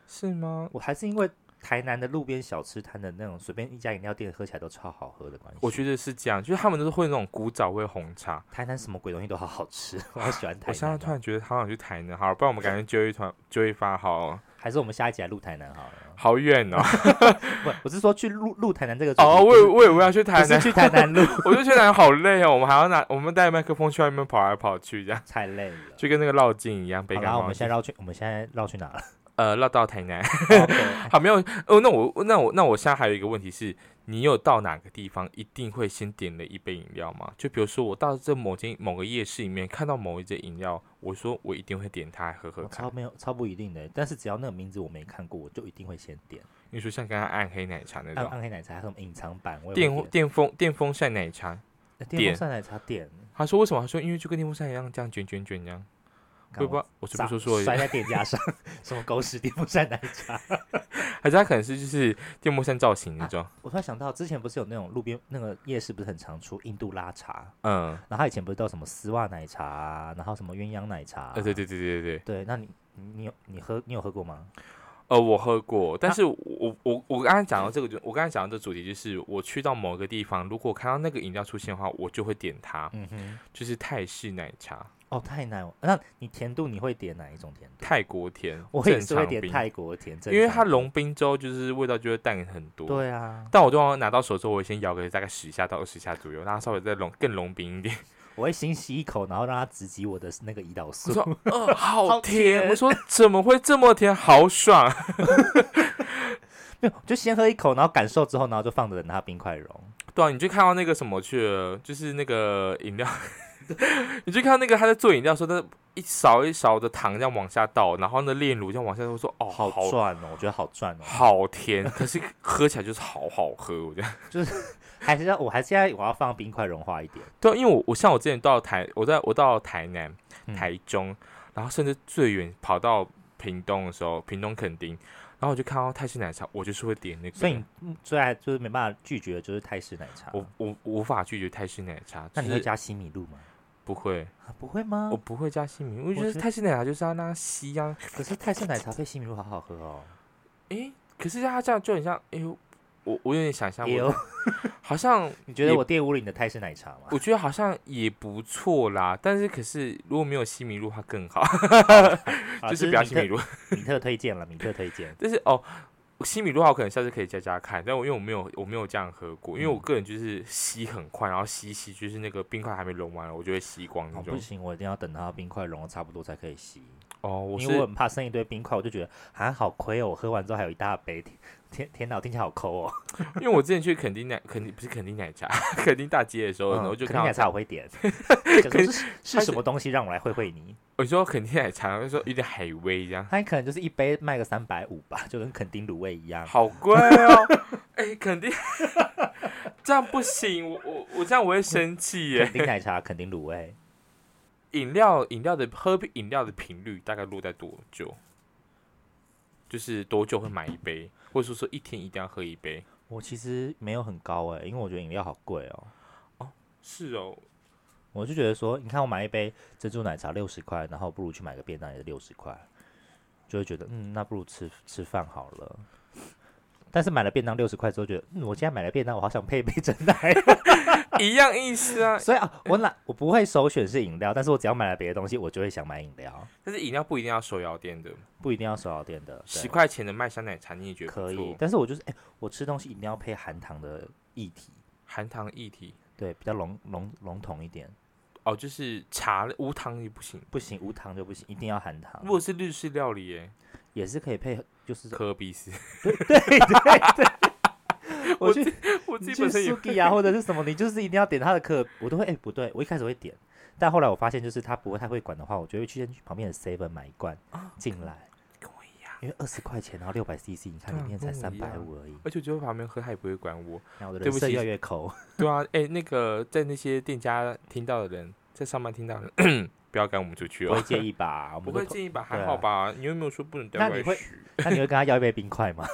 S1: 是吗？
S2: 我还是因为台南的路边小吃摊的那种随便一家饮料店喝起来都超好喝的关系，
S1: 我觉得是这样，就是他们都是会那种古早味红茶。
S2: 台南什么鬼东西都好好吃， <laughs> 我好喜欢台
S1: 我现
S2: 南
S1: 在
S2: 哦、
S1: 突然觉得好想去台南，好，不然我们改天揪一团揪一发好了，
S2: 还是我们下一集来录台南好了，
S1: 好远
S2: <laughs>
S1: 哦。
S2: 不，我是说去录录台南这个主题
S1: 哦，
S2: 不
S1: 我以
S2: 是
S1: 为我以为要去台
S2: 不是
S1: 南，
S2: 去台南录，
S1: <laughs> 我就觉得台南好累哦，我们还要拿我们带麦克风去外面跑来跑去，这样
S2: 太累了。
S1: 就跟那个绕境一样，北
S2: 好
S1: 港
S2: 啦，
S1: 绕
S2: 我们
S1: 境 <laughs>
S2: 现在绕去，我们现在绕去哪了？
S1: 呃绕到台南。
S2: OK，
S1: 好，没有哦。那我那我那我现在还有一个问题是，你有到哪个地方一定会先点了一杯饮料吗？就比如说我到这某间某个夜市里面看到某一只饮料，我说我一定会点它来喝喝
S2: 我
S1: 看
S2: 超。没有超不一定的，但是只要那个名字我没看过，我就一定会先点。
S1: 你说像刚刚暗黑奶茶那
S2: 暗
S1: 种
S2: 暗黑奶茶还有什么隐藏版，我也会
S1: 电电风电风扇奶茶，
S2: 呃
S1: 点
S2: 电风扇奶茶店，
S1: 他说为什么？他说因为就跟电风扇一样，这样卷卷卷这样。我也
S2: 干
S1: 不知道，我随便说说而已
S2: <laughs> 摔在店家上，什么狗屎电风扇奶茶。
S1: 还是他可能是就是电风扇造型
S2: 啊
S1: 那种。
S2: 我突然想到，之前不是有那种路边那个夜市，不是很常出印度拉茶，
S1: 嗯，
S2: 然后他以前不是都有什么丝袜奶茶啊，然后什么鸳鸯奶茶、啊
S1: 呃，对对对对对，
S2: 对，那你你你有你喝你有喝过吗？
S1: 呃，我喝过，但
S2: 啊
S1: 是我我我我刚才讲到这个就，我刚才讲到这主题就是，我去到某个地方，如果看到那个饮料出现的话，我就会点它，
S2: 嗯哼，
S1: 就是泰式奶茶、
S2: 哦，太难了。那你甜度你会点哪一种甜度？
S1: 泰国甜、
S2: 我也
S1: 正
S2: 是会
S1: 常
S2: 点
S1: 冰，
S2: 泰国甜，正
S1: 因为
S2: 常
S1: 它
S2: 冰
S1: 融冰之后就是味道就会淡很多。。
S2: 对啊，
S1: 但我通常拿到手之后，我会先摇个大概十下到二十下左右，让它稍微再融更融冰一点。 <laughs>
S2: 我会先吸一口，然后让它直击我的那个胰岛
S1: 我
S2: 素。 <laughs>
S1: 说，呃，好
S2: 好
S1: 甜！
S2: 甜
S1: 我说怎么会这么甜？好爽！
S2: 没有，就先喝一口，然后感受之后，然后就放着等它冰块融。
S1: 对啊，你去看到那个什么去了，就是那个饮料， <laughs> 你去看到那个他在做饮料的时候，他一勺一勺的糖这样往下倒，然后呢炼乳这样往下倒，我说哦，好
S2: 好赚哦，我觉得好赚哦。
S1: 好甜，可是喝起来就是好好喝，我觉得。
S2: 还是要，我还是要，我要放冰块融化一点。
S1: 对啊，因为我我像我之前到台，我在我到台南、
S2: 嗯
S1: 台中，然后甚至最远跑到屏东的时候，屏东垦丁，然后我就看到泰式奶茶，我就是会点那个，
S2: 所以你嗯最爱就是没办法拒绝的就是泰式奶茶。
S1: 我我无法拒绝泰式奶茶，
S2: 那
S1: 就
S2: 你会
S1: 是
S2: 加西米露吗？
S1: 不会，
S2: 啊，不会吗
S1: 我？不会加西米，我觉
S2: 我
S1: 得
S2: 觉得
S1: 泰式奶茶就是要让它吸啊。
S2: 可是泰式奶茶配西米露好好喝哦。
S1: 诶，可是他这样就很像，哎呦，我我有点想象，
S2: 也
S1: 我
S2: 有，
S1: 好像
S2: 哎你觉得
S1: 也
S2: 我玷污了你的泰式奶茶吗？
S1: <laughs> 我觉得好像也不错啦，但是可是如果没有西米露，它更好，
S2: 啊
S1: <laughs> 就
S2: 这
S1: 是
S2: 是
S1: 不要
S2: 米
S1: 西
S2: 特
S1: 米露。
S2: 米特推荐了，米特推荐。
S1: 但是哦，西米露的话我可能下次可以加加看，但我因为我没有我没有这样喝过，因为我
S2: 嗯
S1: 个人就是吸很快，然后吸一吸就是那个冰块还没融完了，我就会吸光 <laughs> 那
S2: 哦，
S1: 种
S2: 不。行，我一定要等它冰块融的差不多才可以吸，
S1: 哦，我
S2: 因为我
S1: 是
S2: 很怕剩一堆冰块，我就觉得啊好亏哦，我喝完之后还有一大杯，天天天哪，我听起来好抠哦。
S1: 因为我之前去垦丁奶垦丁不是垦丁奶茶， <laughs> 垦丁大街的时候，呃然
S2: 嗯
S1: 后就
S2: 肯
S1: 看
S2: 定
S1: 到
S2: 奶茶我会
S1: <laughs>
S2: 点，想
S1: 肯
S2: 说是是什么东西让我来会会你？
S1: 我说垦丁奶茶，然后就说有点海味这样。
S2: 它可能就是一杯卖个三百五吧，就跟肯丁卤味一样。
S1: 好贵哦！哎、肯
S2: <laughs>
S1: 定这样不行，我我我这样我会生气耶
S2: 肯。丁奶茶、肯丁卤味，
S1: 饮料饮料的喝饮料的频率大概落在多久？就是多久会买一杯，或者说说一天一定要喝一杯？
S2: 我其实没有很高哎、因为我觉得饮料好贵哦。
S1: 是哦，
S2: 我就觉得说，你看我买一杯珍珠奶茶六十块，然后不如去买个便当也是六十块，就会觉得嗯，那不如吃吃饭好了。但是买了便当六十块之后，觉得嗯，我现在买了便当，我好想配一杯真奶。 <laughs>
S1: 一样意思啊。
S2: 所以啊，我懒，我不会首选是饮料，但是我只要买了别的东西，我就会想买饮料，
S1: 但是饮料不一定要手摇店的，
S2: 不一定要手摇店的。对
S1: 十块钱的麦香奶茶你也觉得不
S2: 可以
S1: 错，。
S2: 但是我就是哎、我吃东西一定要配含糖的液体，
S1: 含糖液体
S2: 对，比较笼笼笼统一点，
S1: 哦，就是茶类无糖也不行。
S2: 不行，无糖就不行，一定要含糖
S1: 如。果是日式料理耶，
S2: 也是可以配，就是
S1: <laughs> 科比
S2: <laughs>
S1: 斯，
S2: 对对对，我去
S1: 我自
S2: 你
S1: 己
S2: 去
S1: 本身也
S2: s u k i 啊或者是什么，你就是一定要点他的课，我都会哎、不对，我一开始会点，但后来我发现就是他不太会管的话，我就会去先去旁边的 seven 买一罐
S1: 啊
S2: 进来，
S1: 跟我一样，
S2: 因为二十块钱，然后六百 cc，你看
S1: 对啊
S2: 里面才
S1: 跟我
S2: 三
S1: 一
S2: 百
S1: 样
S2: 五而已，
S1: 而且我就在旁边喝，他也不会管我。
S2: 然后我的
S1: 嗯对
S2: 人
S1: 不
S2: 设
S1: 起
S2: 越来越抠，
S1: <laughs> 对啊，哎、那个在那些店家听到的人，在上班听到的人， <coughs> 不要赶我们出去
S2: 不
S1: 哦
S2: 会。介意吧？我
S1: 不
S2: 们
S1: 会
S2: 都
S1: 建议吧？
S2: 对
S1: 还
S2: 啊
S1: 好吧？你又没有说不能带
S2: 那
S1: 外
S2: 你会
S1: 食
S2: 那你会跟他要一杯冰块吗？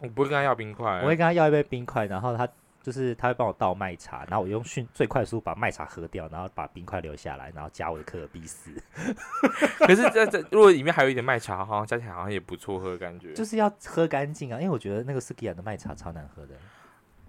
S1: 我不会跟他要冰块。
S2: 我会跟他要一杯冰块，然后他就是他会帮我倒麦茶，然后我用迅最快速把麦茶喝掉，然后把冰块留下来，然后加我的可尔必斯，
S1: 嗯啊可是这这如果里面还有一点麦茶，好像加起来好像也不错喝的感觉。
S2: 就是要喝干净啊，因为我觉得那个 Sukiya 的麦茶超难喝的。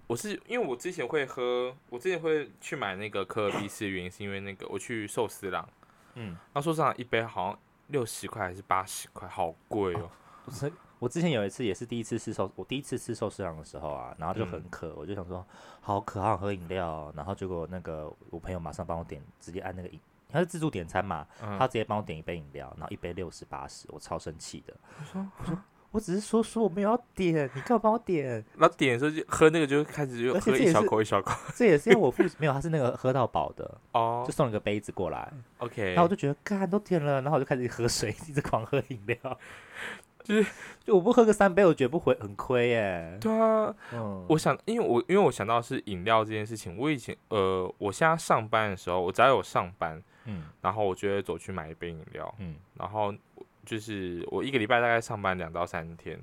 S1: 我是因为我之前会喝，我之前会去买那个可尔必斯，原因是因为那个我去寿司郎，
S2: 嗯，
S1: 然后寿司郎一杯好像六十块还是八十块，好贵哦。
S2: 我之我之前有一次也是第一次吃寿，我第一次吃寿司郎的时候啊，然后就很
S1: 嗯
S2: 渴，我就想说好渴，好想喝饮料哦、然后结果那个我朋友马上帮我点，直接按那个饮他是自助点餐嘛，
S1: 嗯
S2: 他直接帮我点一杯饮料，然后一杯六十八十，我超生气的。
S1: 我说
S2: 我只是说说我没有要点，你干嘛帮我点？
S1: 然后点的时候就喝那个，就开始就
S2: 而且
S1: 喝
S2: 这
S1: 一
S2: 也
S1: 小
S2: 是
S1: 口一小口。
S2: 这也是因为我付没有，他是那个喝到饱的，
S1: 哦
S2: 就送了个杯子过来，
S1: ，OK，
S2: 然后我就觉得干都点了，然后我就开始喝水， <laughs> 一直狂喝饮料，
S1: <laughs> 就是
S2: 就我不喝个三杯，我觉得不回很亏耶。
S1: 对啊，
S2: 嗯，
S1: 我想，因为我因为我想到是饮料这件事情，我以前呃，我现在上班的时候，我只要有上班，
S2: 嗯
S1: 然后我就会走去买一杯饮料，
S2: 嗯，
S1: 然后就是我一个礼拜大概上班两到三天，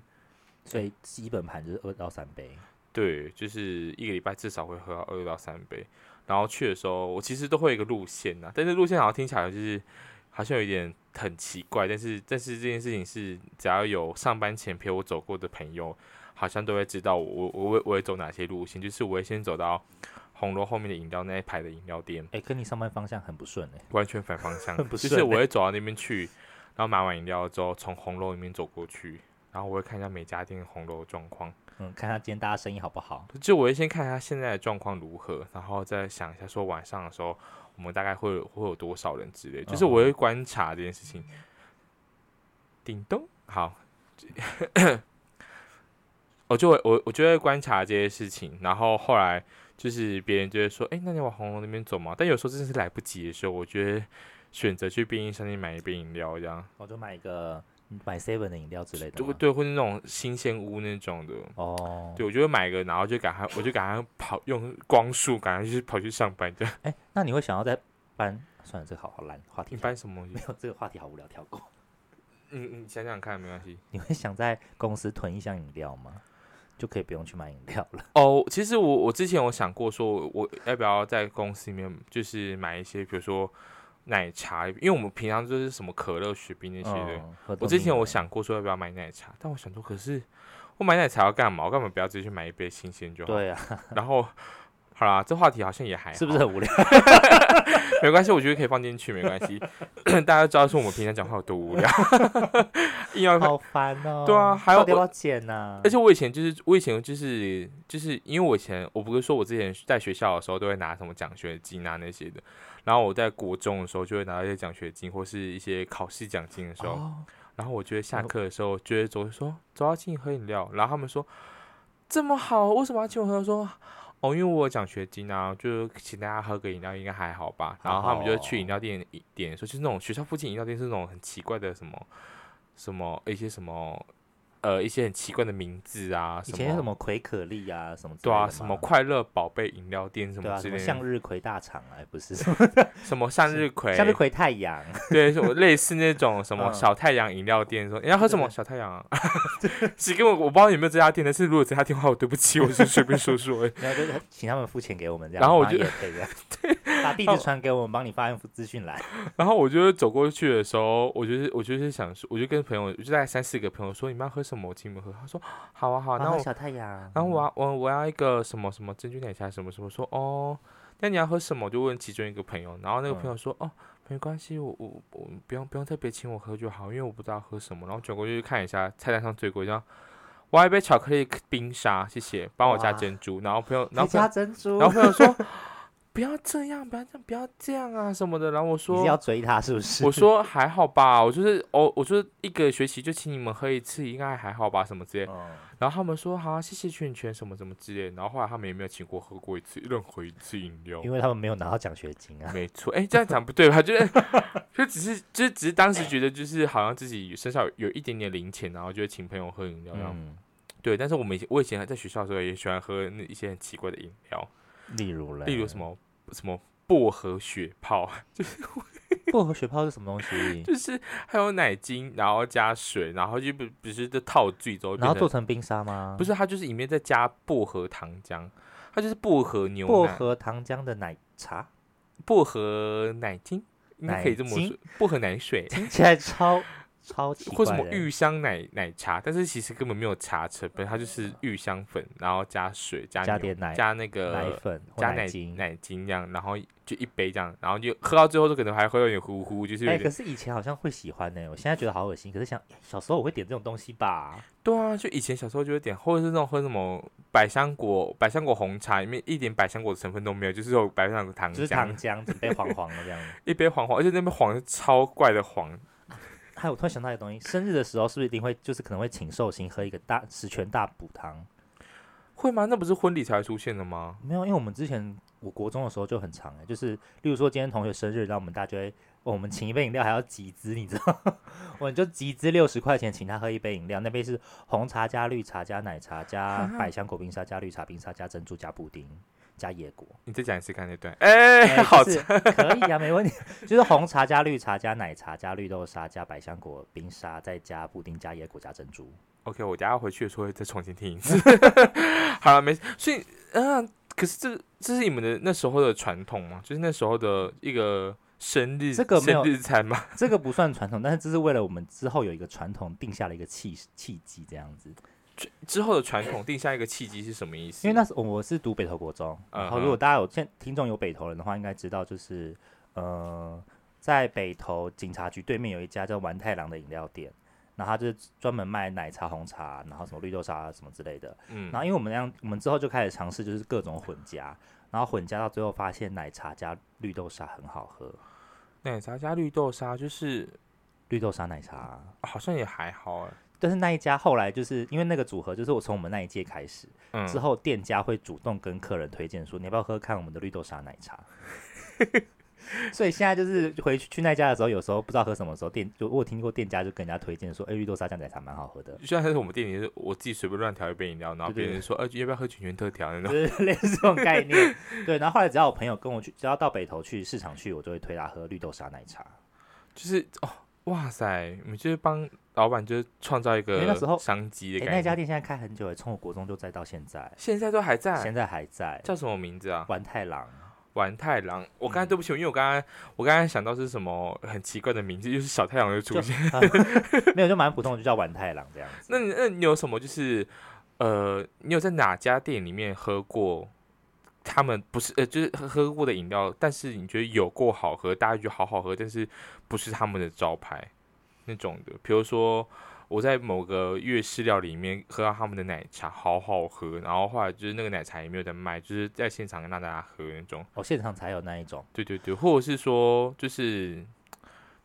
S2: 所以基本盘就是二到三杯。
S1: 对，就是一个礼拜至少会喝到二到三杯。然后去的时候，我其实都会有一个路线呐、但是路线好像听起来就是好像有点很奇怪，但是但是这件事情是只要有上班前陪我走过的朋友，好像都会知道我我我会我会走哪些路线，就是我会先走到红楼后面的饮料那一排的饮料店，
S2: 哎、跟你上班方向很不顺哎、
S1: 完全反方向
S2: 很，不
S1: 就是
S2: 顺
S1: 我
S2: 欸
S1: 会走到那边去，然后买完饮料之后从红楼里面走过去，然后我会看一下每家店红楼的状况。
S2: 嗯，看他今天大家生意好不好？
S1: 就我会先看一下现在的状况如何，然后再想一下说晚上的时候我们大概会有会有多少人之类，就是我会观察这件事情。叮咚，好，我就会我我就会观察这些事情，然后后来就是别人就会说，哎、那你往红楼那边走嘛？但有时候真的是来不及的时候，我觉得选择去便利商店买一杯饮料这样，
S2: 我就买一个买 seven 的饮料之类的
S1: 就会
S2: 吗。
S1: 对，或者那种新鲜屋那种的，
S2: 哦，
S1: 对，我就会买一个，然后就赶快，我就赶快跑，用光速赶快去跑去上班。这样 <laughs>
S2: 哎、那你会想要在搬？算了，这个好好烂话题
S1: 你
S2: 跳，
S1: 搬什么东
S2: 没
S1: 西？
S2: 有这个话题好无聊，跳过。
S1: 你你想想看，没关系。
S2: 你会想在公司囤一箱饮料吗？就可以不用去买饮料了。
S1: 哦，其实我我之前有想过，说我要不要在公司里面就是买一些，比如说奶茶，因为我们平常就是什么可乐、雪碧那些的。
S2: 嗯喝
S1: 我
S2: 多
S1: 之
S2: 腻
S1: 前我
S2: 了
S1: 想过说要不要买奶茶，但我想说，可是我买奶茶要干嘛？我干嘛不要直接去买一杯新鲜就好？
S2: 对啊，
S1: 然后，好啦，这话题好像也还好
S2: 是不是
S1: <laughs>
S2: 很无聊？
S1: 没关系，我觉得可以放进去，没关系。 <clears throat> 大家知道说我们平常讲话有多无聊， <laughs> 硬要
S2: 好烦哦。
S1: 对啊还有
S2: 到底要不
S1: 我
S2: 要剪啊呐、
S1: 而且我以前就是，我以前就是就是因为我以前我不是说我之前在学校的时候都会拿什么奖学金啊那些的，然后我在国中的时候就会拿到一些奖学金或是一些考试奖金的时候，
S2: 哦，
S1: 然后我就会下
S2: 嗯
S1: 课的时候就会走说走要请你喝饮料，然后他们说这么好，为什么要请我喝？我说哦，因为我有奖学金啊，就请大家喝个饮料应该还好吧。然后他们就会去
S2: 哦
S1: 饮料店一点的时候，就是那种学校附近饮料店是那种很奇怪的什么什么一些什么呃一些很奇怪的名字啊，
S2: 以前有什么葵可丽啊，什么之
S1: 对
S2: 类
S1: 啊
S2: 的
S1: 什么
S2: 吗
S1: 快乐宝贝饮料店什
S2: 对
S1: 么
S2: 啊，
S1: 之
S2: 什
S1: 类
S2: 么
S1: 的，
S2: 向日葵大厂啊，不是
S1: 什么向日葵，
S2: 向日葵太阳，
S1: <laughs> 对，是我类似那种什么
S2: 嗯
S1: 小太阳饮料店，说你要喝什么
S2: 对
S1: 小太阳啊？ <laughs> 其实根本我不知道有没有这家店，但是如果这家店的话，我对不起，我就随便说说而已。 <laughs>
S2: 然后就是请他们付钱给我们这样，
S1: 然后我就
S2: 就
S1: <laughs>
S2: 可以把地址传给我们，帮你发资讯栏。
S1: 然后我就走过去的时候，我就是我就是想说，我就跟朋友，就大概三四个朋友说，你们要喝什么，我请你们喝。他说 <gasps> 好啊好啊，
S2: 然
S1: 那
S2: 后
S1: 我
S2: 小太阳，
S1: 然后我要啊我我要一个什么什么珍珠奶茶什么什么，说哦，那你要喝什么？我就问其中一个朋友，然后那个朋
S2: 嗯
S1: 友说、哦，没关系，我我我不用不用特别请我喝就好，因为我不知道喝什么。然后转过去看一下菜单上最贵，然后我要一杯巧克力冰沙，谢谢，帮我加
S2: 哇
S1: 珍珠。然后朋友，然
S2: 你
S1: 后朋
S2: 加
S1: 友
S2: 珍珠
S1: 然，后朋友说不要这样，不要这样，不要这样啊什么的。然后我
S2: 你
S1: 说
S2: 是要追他是不是？
S1: 我
S2: <laughs>
S1: 说还好吧，我就是哦，我就是一个学期就请你们喝一次，应该还好吧什么之类的。
S2: 嗯，
S1: 然后他们说好、谢谢劝劝什么什么之类的，然后后来他们也没有请过喝过一次任何一次饮料。
S2: 因为他们没有拿到奖学金啊。
S1: 没错，哎，这样讲不对吧？就是就只是就只是当时觉得就是好像自己身上有有一点点零钱，然后就会请朋友喝饮料。然后
S2: 嗯，
S1: 对，但是我们以前我以前在学校的时候也喜欢喝那一些很奇怪的饮料，
S2: 例如嘞，
S1: 例如什么什么薄荷雪泡， <laughs>
S2: 薄荷雪泡是什么东西？
S1: 就是还有奶精，然后加水，然后就不不是就套醉之后变
S2: 然后
S1: 成，
S2: 做成冰沙吗？
S1: 不是它就是里面再加薄荷糖浆，它就是薄荷牛奶。
S2: 薄荷糖浆的奶茶， <laughs>
S1: 薄荷奶精，应该可以这么
S2: 奶精
S1: 说，薄荷奶水。
S2: 听起来超超奇
S1: 或什
S2: 怪
S1: 么
S2: 的。
S1: 芋香奶奶茶，但是其实根本没有茶成分，它就是芋香粉，然后加水加
S2: 加
S1: 牛
S2: 点奶
S1: 加那
S2: 奶
S1: 个
S2: 粉或
S1: 加
S2: 奶
S1: 奶
S2: 精。
S1: 奶精这样，然后就一杯这样，然后就喝到最后就可能还会有点糊糊，就是
S2: 哎、
S1: 有
S2: 可
S1: 点、
S2: 是以前好像会喜欢呢、我现在觉得好恶心。可是想哎小时候我会点这种东西吧？
S1: 对啊，就以前小时候就会点，或者是那种喝什么百香果百香果红茶，里面一点百香果的成分都没有，就是有百香果糖
S2: 就是
S1: 浆，
S2: 糖浆准备黄黄的这
S1: <laughs>
S2: 样子。
S1: 一杯黄黄，而且那边黄是超怪的黄，
S2: 还哎有，我突然想到一个东西，生日的时候是不是一定会，就是可能会请寿星喝一个大十全大补汤？
S1: 会吗？那不是婚礼才出现的吗？
S2: 没有，因为我们之前我国中的时候就很长哎、就是例如说今天同学生日，然后我们大家就会，哦我们请一杯饮料还要集资，你知道吗？ <laughs> 我们就集资六十块钱请他喝一杯饮料，那杯是红茶加绿茶加奶茶加百香果冰沙加绿茶冰沙加珍珠加布丁加野果。
S1: 你再讲一次看那段， <laughs> 哎、
S2: 哎
S1: 好
S2: 就
S1: 吃
S2: 是可以啊，没问题。 <laughs> 就是红茶加绿茶加奶茶加绿豆沙加百香果冰沙，再加布丁加野果加珍珠。
S1: OK，我等下回去的时候会再重新听一次。 <laughs> 好了，没事。所以，啊、可是这这是你们的那时候的传统吗？就是那时候的一个生日
S2: 这个没有
S1: 生日餐吗？ <laughs>
S2: 这个不算传统，但是这是为了我们之后有一个传统定下了一个契契机这样子。
S1: 之后的传统定下一个契机是什么意思？
S2: 因为那时候哦我是读北投国中，然后
S1: 嗯哼
S2: 如果大家有现听众有北投人的话，应该知道就是呃，在北投警察局对面有一家叫丸太郎的饮料店，然后他就是专门卖奶茶、红茶，然后什么绿豆沙啊什么之类的。
S1: 嗯
S2: 然后因为我们那样，我们之后就开始尝试就是各种混加，然后混加到最后发现奶茶加绿豆沙很好喝，
S1: 奶茶加绿豆沙，就是
S2: 绿豆沙奶茶。啊
S1: 好像也还好哎、
S2: 但是那一家后来就是因为那个组合，就是我从我们那一届开始，
S1: 嗯，
S2: 之后店家会主动跟客人推荐说，你要不要喝喝看我们的绿豆沙奶茶？ <laughs> 所以现在就是回去去那家的时候，有时候不知道喝什么时候，店就我有听过店家就跟人家推荐说，哎、绿豆沙酱奶茶蛮好喝
S1: <laughs>
S2: 的，
S1: 虽然是我们店里是我自己随便乱调一杯饮料，然后
S2: 对对
S1: 别人说，呃，要不要喝全全特调那种？
S2: 就是类似这种概念。对，然后后来只要我朋友跟我去，只要到北投去市场去，我就会推他喝绿豆沙奶茶。
S1: 就是哦，哇塞，你们就是帮老板就是创造一
S2: 因为那
S1: 个
S2: 时候
S1: 商机
S2: 哎、
S1: 的
S2: 那
S1: 感
S2: 家
S1: 觉。
S2: 店现在开很久了，从我国中就在到现在，
S1: 现在都还在，
S2: 现在还在。
S1: 叫什么名字啊？
S2: 丸太郎，
S1: 丸太郎，我刚才
S2: 嗯
S1: 对不起，因为我刚刚我刚刚想到是什么很奇怪的名字， <laughs> 就是小太阳就出现。
S2: 没有就蛮普通的，就叫丸太郎这样子。
S1: 那你那你有什么就是呃，你有在哪家店里面喝过他们不是呃，就是喝喝过的饮料，但是你觉得有够好喝，大家觉得好好喝，但是不是他们的招牌那种的？比如说我在某个粤式料理里面喝到他们的奶茶，好好喝，然后后来就是那个奶茶也没有在卖，就是在现场让大家喝那种。
S2: 哦，现场才有那一种。
S1: 对对对，或者是说就是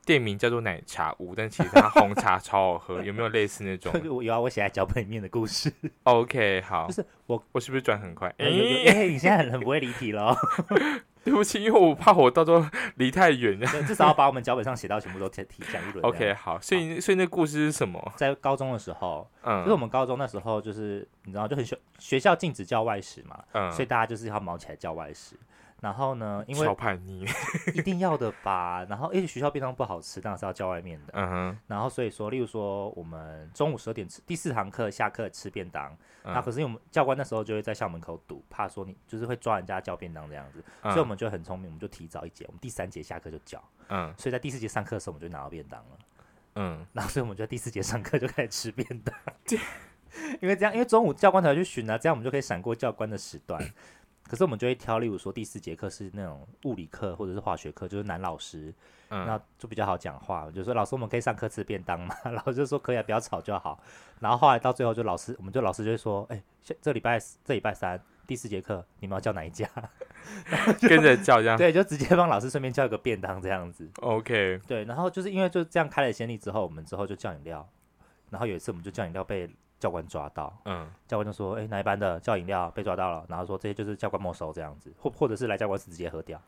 S1: 店名叫做奶茶屋，但其实它红
S2: <laughs>
S1: 茶超好喝，有没有类似那种
S2: 有有啊，我写在脚本里面的故事。
S1: ？OK，好，
S2: 就是我，
S1: 我是不是转很快？
S2: 哎、
S1: 诶
S2: 你现在很很不会离题哦喽，
S1: <laughs> 对不起，因为我怕我到时候离太远了。
S2: <laughs> 对至少要把我们脚本上写到全部都提提讲一轮。
S1: OK，好，所以所以那故事是什么？
S2: 在高中的时候，就是我
S1: 嗯
S2: 们高中那时候，就是你知道，就很学学校禁止叫外食嘛，所以
S1: 嗯，
S2: 大家就是要毛起来叫外食。然后呢，因
S1: 超
S2: 为
S1: 叛逆，
S2: 一定要的吧，然后因为学校便当不好吃，当然是要叫外面的。
S1: 嗯哼，
S2: 然后所以说，例如说我们中午十二点吃第四堂课下课吃便当，
S1: 嗯
S2: 那可是因为我们教官那时候就会在校门口堵，怕说你就是会抓人家叫便当这样子，所以我
S1: 嗯
S2: 们就很聪明，我们就提早一节，我们第三节下课就叫，
S1: 嗯
S2: 所以在第四节上课的时候我们就拿到便当了，
S1: 嗯，
S2: 然后所以我们就在第四节上课就开始吃便当， <laughs> 因为这样，因为中午教官才会去巡啊，这样我们就可以闪过教官的时段。可是我们就会挑，例如说第四节课是那种物理课或者是化学课，就是男老师，
S1: 嗯
S2: 那就比较好讲话。我就说老师，我们可以上课吃便当吗？ <laughs> 老师就说可以啊，不要吵就好。然后后来到最后，就老师，我们就老师就会说，哎、下这礼拜这礼拜三第四节课你们要叫哪一家？
S1: 跟着叫这样。
S2: 对，就直接帮老师顺便叫一个便当这样子。
S1: OK，
S2: 对，然后就是因为就这样开了先例之后，我们之后就叫饮料，然后有一次我们就叫饮料被教官抓到，
S1: 嗯，
S2: 教官就说，哎、哪一班的叫饮料被抓到了，然后说这些就是教官没收这样子，或或者是来教官室直接喝掉。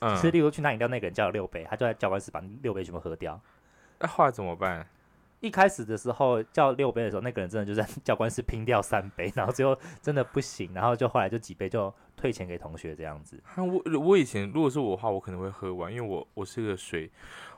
S1: 嗯
S2: 是，例如去拿饮料那个人叫了六杯，他就在教官室把六杯全部喝掉。
S1: 那后来怎么办？啊
S2: 一开始的时候叫六杯的时候，那个人真的就在 <laughs> 教官室拼掉三杯，然后最后真的不行，然后就后来就几杯就退钱给同学这样子。
S1: 啊我我以前如果是我的话，我可能会喝完，因为我我是个水，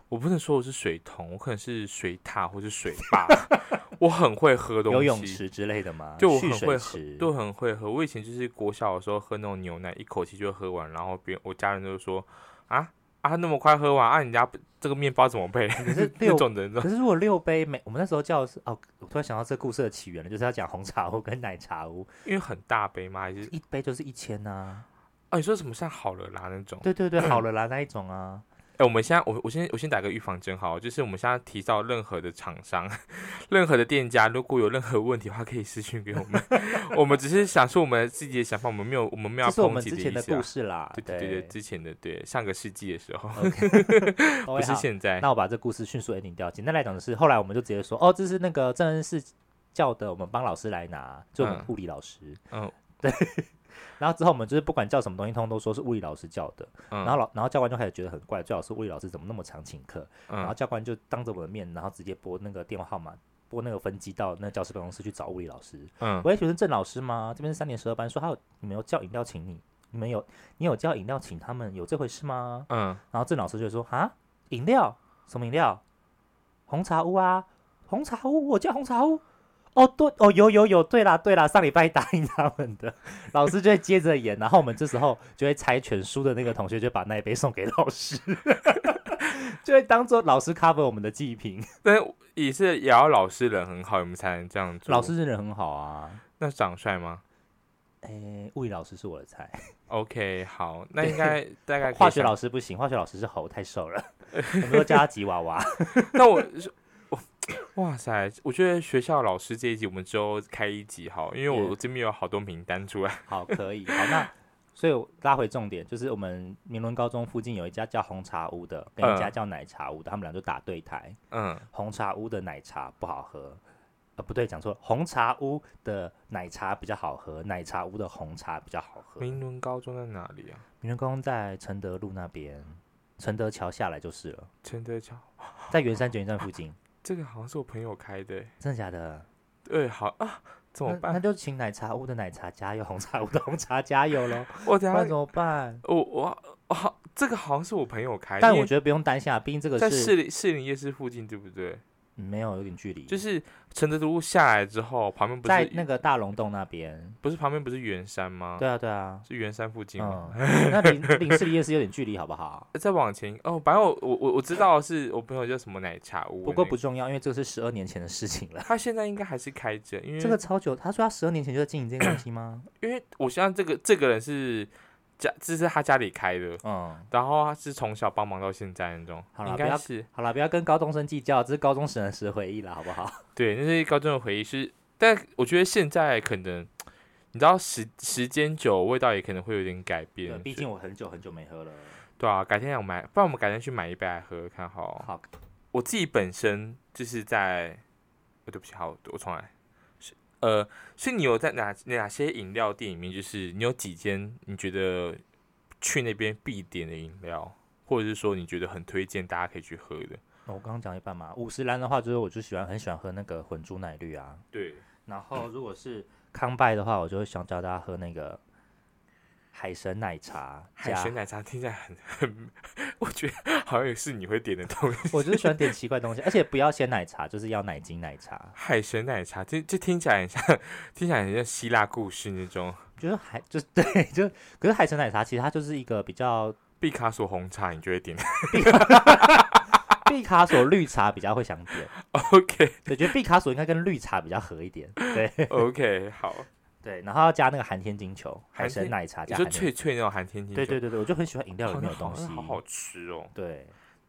S1: 我不能说我是水桶，我可能是水塔或是水坝， <laughs> 我很会喝东西，
S2: 游泳池之类的吗？
S1: 就我
S2: 蓄
S1: 很
S2: 水
S1: 会喝
S2: 池，，
S1: 都很会喝。我以前就是国小的时候喝那种牛奶，一口气就喝完，然后别我家人就说啊，啊，那么快喝完啊，人家这个面包怎么
S2: <laughs>
S1: 配？
S2: 可是
S1: 那
S2: 六
S1: 种人
S2: 可是如果六杯每我们那时候叫的是哦，我突然想到这故事的起源了，就是要讲红茶屋跟奶茶屋，
S1: 因为很大杯嘛，还是
S2: 一杯就是一千呐、
S1: 啊？你说什么像好了啦那种？
S2: 对对对，好了啦那一种啊，
S1: 哎、我们现在我我先我先打个预防针好了，就是我们现在提到任何的厂商、 <laughs> 任何的店家，如果有任何问题的话，可以私讯给我
S2: <laughs>
S1: 们。我们只是想说我们自己的想法，我们没有我们没有要
S2: 这是我
S1: 抨
S2: 们
S1: 击
S2: 之前
S1: 意
S2: 的
S1: 思啊
S2: 故。事啦，
S1: 对对
S2: 对呃
S1: 对对，之前的对上个世纪的时候，
S2: OK，
S1: 不
S2: 不
S1: 是现在。
S2: 那我把这故事迅速 ending 掉。简单来讲的是，后来我们就直接说，哦，这是那个正恩是叫的，我们帮老师来拿，就我们
S1: 嗯
S2: 物理老师。
S1: 嗯
S2: 然后之后我们就是不管叫什么东西，通通都说是物理老师叫的。
S1: 嗯，
S2: 然后老然后教官就开始觉得很怪，最好是物理老师怎么那么常请客？然后
S1: 嗯
S2: 教官就当着我的面，然后直接拨那个电话号码，拨那个分机到那教师办公室去找物理老师。
S1: 嗯，
S2: 喂，学生郑老师吗？这边是三年十二班，说他有你们有叫饮料请你，你们有你有叫饮料请他们，有这回事吗？
S1: 嗯，
S2: 然后郑老师就说啊，饮料什么饮料？红茶屋啊，红茶屋，我叫红茶屋。哦，对，哦，有有有，对啦对啦，上礼拜答应他们的，老师就会接着演，然后我们这时候就会猜全书的那个同学就把那一杯送给老师， <laughs> 就会当做老师 cover 我们的记忆品。
S1: 但是也是也要老师人很好，我们才能这样做。
S2: 老师人很好啊，
S1: 那长帅吗
S2: 诶，物理老师是我的菜，
S1: ？OK，好，那应该大概可以
S2: 化学
S1: 想
S2: 老师不行，化学老师是猴，太瘦了，我们都叫他吉娃娃。
S1: <laughs> 那我是我哇塞，我觉得学校老师这一集我们之后开一集好，因为我
S2: Yeah
S1: 我这边有好多名单出
S2: <laughs>
S1: 来。
S2: 好，可以。好，那所以我拉回重点，就是我们明伦高中附近有一家叫红茶屋的，跟一家
S1: 嗯
S2: 叫奶茶屋的，他们俩就打对台。
S1: 嗯，
S2: 红茶屋的奶茶不好喝，呃，不对，讲错了，红茶屋的奶茶比较好喝，奶茶屋的红茶比较好喝。明
S1: 明伦高中在哪里啊？
S2: 伦高中在承德路那边，承德桥下来就是了，
S1: 承德桥，
S2: 在圆山捷运站附近。
S1: 这个好像是我朋友开的欸。
S2: 真的假的？
S1: 对，好啊，怎么
S2: 那那
S1: 办？
S2: 就请奶茶屋的奶茶加油，红茶屋的红茶加油喽，
S1: 我等下
S2: 不然怎么办？
S1: 我我我好，这个好像是我朋友开的，
S2: 但
S1: 因
S2: 我
S1: 为
S2: 觉得不用担心啊，毕竟这个
S1: 在
S2: 是
S1: 士林士林夜市附近，对不对？
S2: 嗯没有有点距离，
S1: 就是承德路下来之后，旁边不
S2: 在那
S1: 是
S2: 个大龙洞那边。
S1: 不是旁边不是圆山吗？
S2: 对啊，对啊，
S1: 是圆山附近吗？
S2: 嗯，
S1: <laughs>
S2: 那离林市离夜市有点距离，好不好？
S1: 再往前哦，反正我我我我知道是我朋友叫什么奶茶屋，
S2: 不过不重要，因为这是十二年前的事情了。
S1: 他现在应该还是开着，因为
S2: 这个超久，他说他十二年前就在经营这个东西
S1: <coughs>
S2: 吗？
S1: 因为我相信这个这个人是家，这是他家里开的，
S2: 嗯，
S1: 然后他是从小帮忙到现在那种，
S2: 好啦
S1: 应
S2: 不
S1: 该
S2: 要
S1: 是
S2: 好了，不要跟高中生计较，这是高中时的时回忆了，好不好？
S1: 对，那是高中的回忆是，但我觉得现在可能你知道时时间久，味道也可能会有点改
S2: 对，
S1: 变，
S2: 毕
S1: 所以
S2: 竟我很久很久没喝了。
S1: 对啊，改天要买，不然我们改天去买一杯来喝看好了。
S2: 好，
S1: 我自己本身就是在，呃，对不起，好，我重来。是呃，所以你有在哪哪些饮料店里面，就是你有几间你觉得去那边必点的饮料，或者是说你觉得很推荐大家可以去喝的？
S2: 那我刚刚讲一半嘛。五十兰的话，就是我就喜欢很喜欢喝那个混珠奶绿啊。
S1: 对，
S2: 然后如果是康拜的话，我就会想教大家喝那个海神奶茶
S1: 海
S2: 加
S1: 鲜奶茶听起来很很， <laughs> 我觉得好像也是你会点的东西。
S2: 我就是喜欢点奇怪的东西，而且不要鲜奶茶，就是要奶精奶茶。
S1: 海神奶茶，这这听起来很像，听起来很像希腊故事那种
S2: 就是海，就是 <laughs> 对，就可是海神奶茶其实它就是一个比较
S1: 毕卡索红茶，你就会点。 <laughs>
S2: 毕卡索绿茶比较会想点，
S1: OK
S2: 对，觉得毕卡索应该跟绿茶比较合一点。对
S1: OK，好，
S2: 对，然后要加那个寒天金球，
S1: 寒
S2: 海
S1: 天
S2: 神奶茶
S1: 你
S2: 加
S1: 说
S2: 寒天。
S1: 脆脆那种寒天金
S2: 对
S1: 酒
S2: 对对对，我就很喜欢饮料里
S1: 好
S2: 面
S1: 那
S2: 有东西。
S1: 好好吃哦。
S2: 对，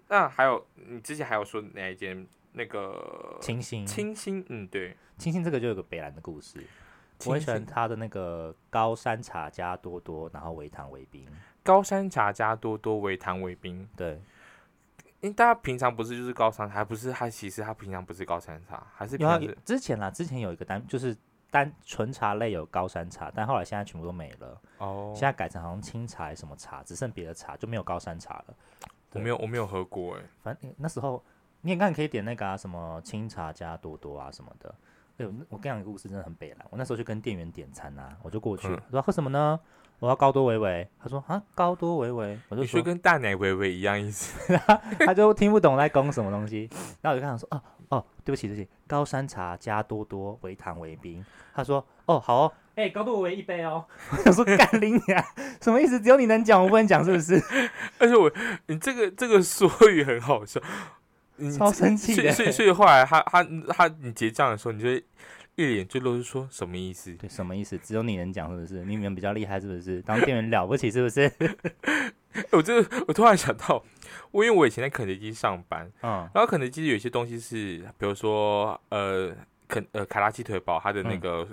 S1: 那还有，你之前还有说哪一间那个
S2: 清新，
S1: 清新？嗯，对，
S2: 清新这个就有个北兰的故事，我很喜欢
S1: 清新
S2: 它的那个高山茶加多多，然后微糖微冰。
S1: 高山茶加多多维糖维冰。
S2: 对，
S1: 因为大家平常不是就是高山茶，还不是它其实它平常不是高山茶，还是平
S2: 有啊
S1: 常是
S2: 之前啦，之前有一个单就是单纯茶类有高山茶，但后来现在全部都没了。
S1: 哦
S2: 现。在改成好像清茶还是什么茶，只剩别的茶就没有高山茶了。
S1: 我没有我没有喝过哎、
S2: 反正、那时候你也看可以点那个啊，什么清茶加多多啊什么的。哎呦，那我跟你讲一个故事，真的很北蓝。我那时候去跟店员点餐啊，我就过去，
S1: 嗯
S2: 我说喝什么呢？我要高多维维。他说啊，高多维维，我就
S1: 你说
S2: 说
S1: 跟大奶维维一样意思？
S2: 他就听不懂在攻什么东西。然后我就跟他说哦哦，对不起，对不起，高山茶加多多，微糖微冰。他说，哦，好哦，哎、高度为一杯哦。 <laughs> 我想说，干你娘，什么意思？只有你能讲，我不能讲，是不 <laughs> 是？
S1: 而且我你这个这个缩语很好笑，你
S2: 超生气
S1: 所以
S2: 的。
S1: 所以所以后来他他他你结账的时候，你就会一脸就露出说什么意思？
S2: 对，什么意思？只有你能讲，是不是？你们比较厉害，是不是？当店员了不起，是不是？
S1: 欸 <laughs> 我这我突然想到，我因为我以前在肯德基上班，
S2: <laughs> 嗯，
S1: 然后肯德基有些东西是，比如说呃肯呃卡拉鸡腿堡，它的那
S2: 嗯
S1: 个、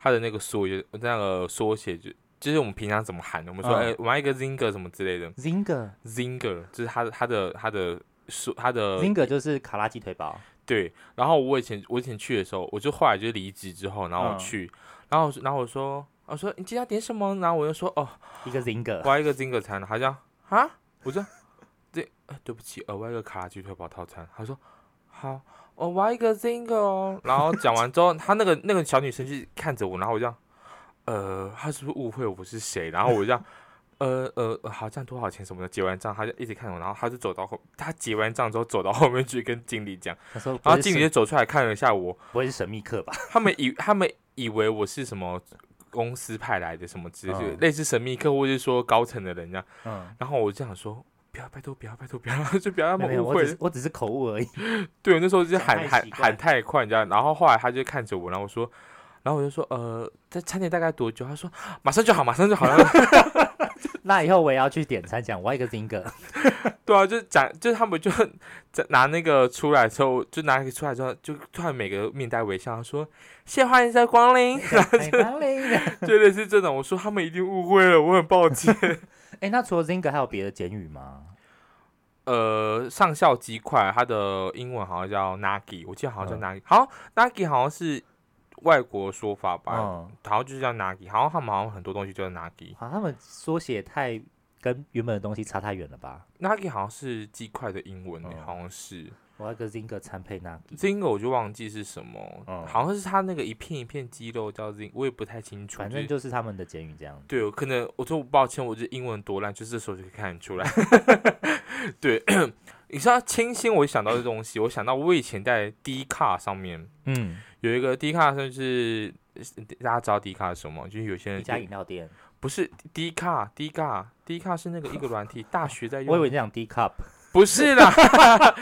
S1: 它的那个缩那个缩写就就是我们平常怎么喊的，我们说
S2: 嗯
S1: 哎、欸我要一个 zinger 什么之类的
S2: Zinger
S1: ，zinger 就是它的它的它的缩它的
S2: Zinger 就是卡拉鸡腿堡，
S1: 对，然后我以前我以前去的时候，我就后来就离职之后，然后我
S2: 嗯
S1: 去，然后我说然后我说我说你今天要点什么？然后我就说哦，
S2: 一个 Zinger。
S1: 我要一个 zinger 餐，他讲啊，我说对、呃对不起，呃，我要一个卡拉鸡腿堡套餐。他说好，我我要一个 zinger 哦。然后讲完之后，他那个那个小女生就看着我，然后我这样，呃，她是不是误会我是谁？然后我就这样。呃呃，呃好，这样多少钱什么的？结完账，他就一直看我，然后他就走到后，他结完账之后走到后面去跟经理讲，
S2: 他说不
S1: 然后
S2: 会
S1: 经理
S2: 是
S1: 就走出来看了一下我，
S2: 不会是神秘客吧？
S1: 他们以他们以为我是什么公司派来的什么之类，
S2: 嗯
S1: 类似神秘客或者是说高层的人这样。
S2: 嗯，
S1: 然后我就想说，不要，拜托，不要，拜托，不要， <laughs> 就不要让他
S2: 没
S1: 们
S2: 有，
S1: 误
S2: 我只
S1: 会
S2: 是。我只是口误而已。
S1: 对，我那时候就
S2: 讲
S1: 喊
S2: 太
S1: 喊
S2: 习惯
S1: 喊太快，你知道。然后后来他就看着我，然后我说，然后我就说，呃，这餐点大概多久？他说，马上就好，马上就好。然后 <laughs>
S2: 那以后我也要去点餐，讲我要一个 <laughs> Zinger。
S1: 对啊，就讲，就是他们就 <laughs> 拿那个出来之后，就拿那个出来之后，就突然每个面带微笑，他说，谢谢欢迎再光临， <laughs>
S2: 哎哪里
S1: 就类似这种。我说他们一定误会了，我很抱歉。
S2: 哎，那除了 Zinger 还有别的简语吗？
S1: 呃，上校鸡块，它的英文好像叫 nagi，我记得好像
S2: 嗯
S1: 叫 nagi，、好像 nagi 好像是外国说法吧，
S2: 嗯，
S1: 好像就是叫 nagi，好像他们好像很多东西叫 nagi，nagi
S2: 好，他们缩写太跟原本的东西差太远了吧？
S1: 好像是鸡块的英文、欸
S2: 嗯
S1: 好像是
S2: 我要一个 Zinger 餐配那个。
S1: 这个我就忘记是什么，
S2: 嗯
S1: 好像是它那个一片一片鸡肉叫 zing，我也不太清楚，
S2: 反
S1: 就是
S2: 正就是他们的简语这样子。
S1: 对，我可能我说我抱歉，我这英文多烂，就这时候就可以看得
S2: <laughs>
S1: 出来。对， <coughs> 你知道清新，我想到这东西，我想到我以前在 D 卡上面
S2: 嗯，
S1: 有一个 D 卡，就是大家知道 D 卡是什么吗？就是有些
S2: 一
S1: 人
S2: 家饮料店，
S1: 不是 D 卡，D 卡，D 卡是那个一个
S2: <laughs>
S1: 软体，大学在用。
S2: 我以为你讲 D cup，
S1: 不是啦，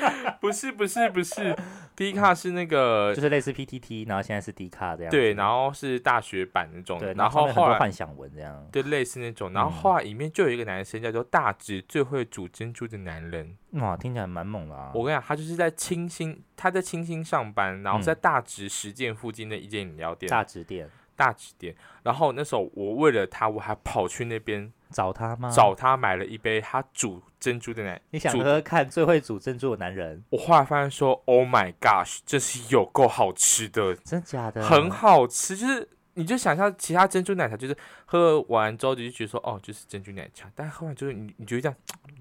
S1: <laughs> 不是不是不是，D 卡是那个
S2: 就是类似 PTT，然后现在是 D cup 这样子。
S1: 对，然后是大学版那种，
S2: 对，
S1: 然
S2: 后
S1: 后
S2: 面很
S1: 后
S2: 多
S1: 来
S2: 幻想文这样。
S1: 对，类似那种。然后
S2: 嗯
S1: 后来里面就有一个男生叫做大直，最会煮珍珠的男人。
S2: 哇，听起来蛮猛的啊！
S1: 我跟你讲，他就是在清新，他在清新上班，然后
S2: 嗯
S1: 在大直实践附近的一间饮料店，
S2: 大直店
S1: 大直店。然后那时候我为了他，我还跑去那边
S2: 找他吗？
S1: 找他买了一杯他煮珍珠的奶。
S2: 你想
S1: 煮
S2: 喝喝看最会煮珍珠的男人，
S1: 我后来发现说，Oh my gosh，这是有够好吃的，
S2: 真假的？
S1: 很好吃，就是。你就想象其他珍珠奶茶，就是喝完之后你就觉得说，哦，就是珍珠奶茶，但喝完之后你你就会这样。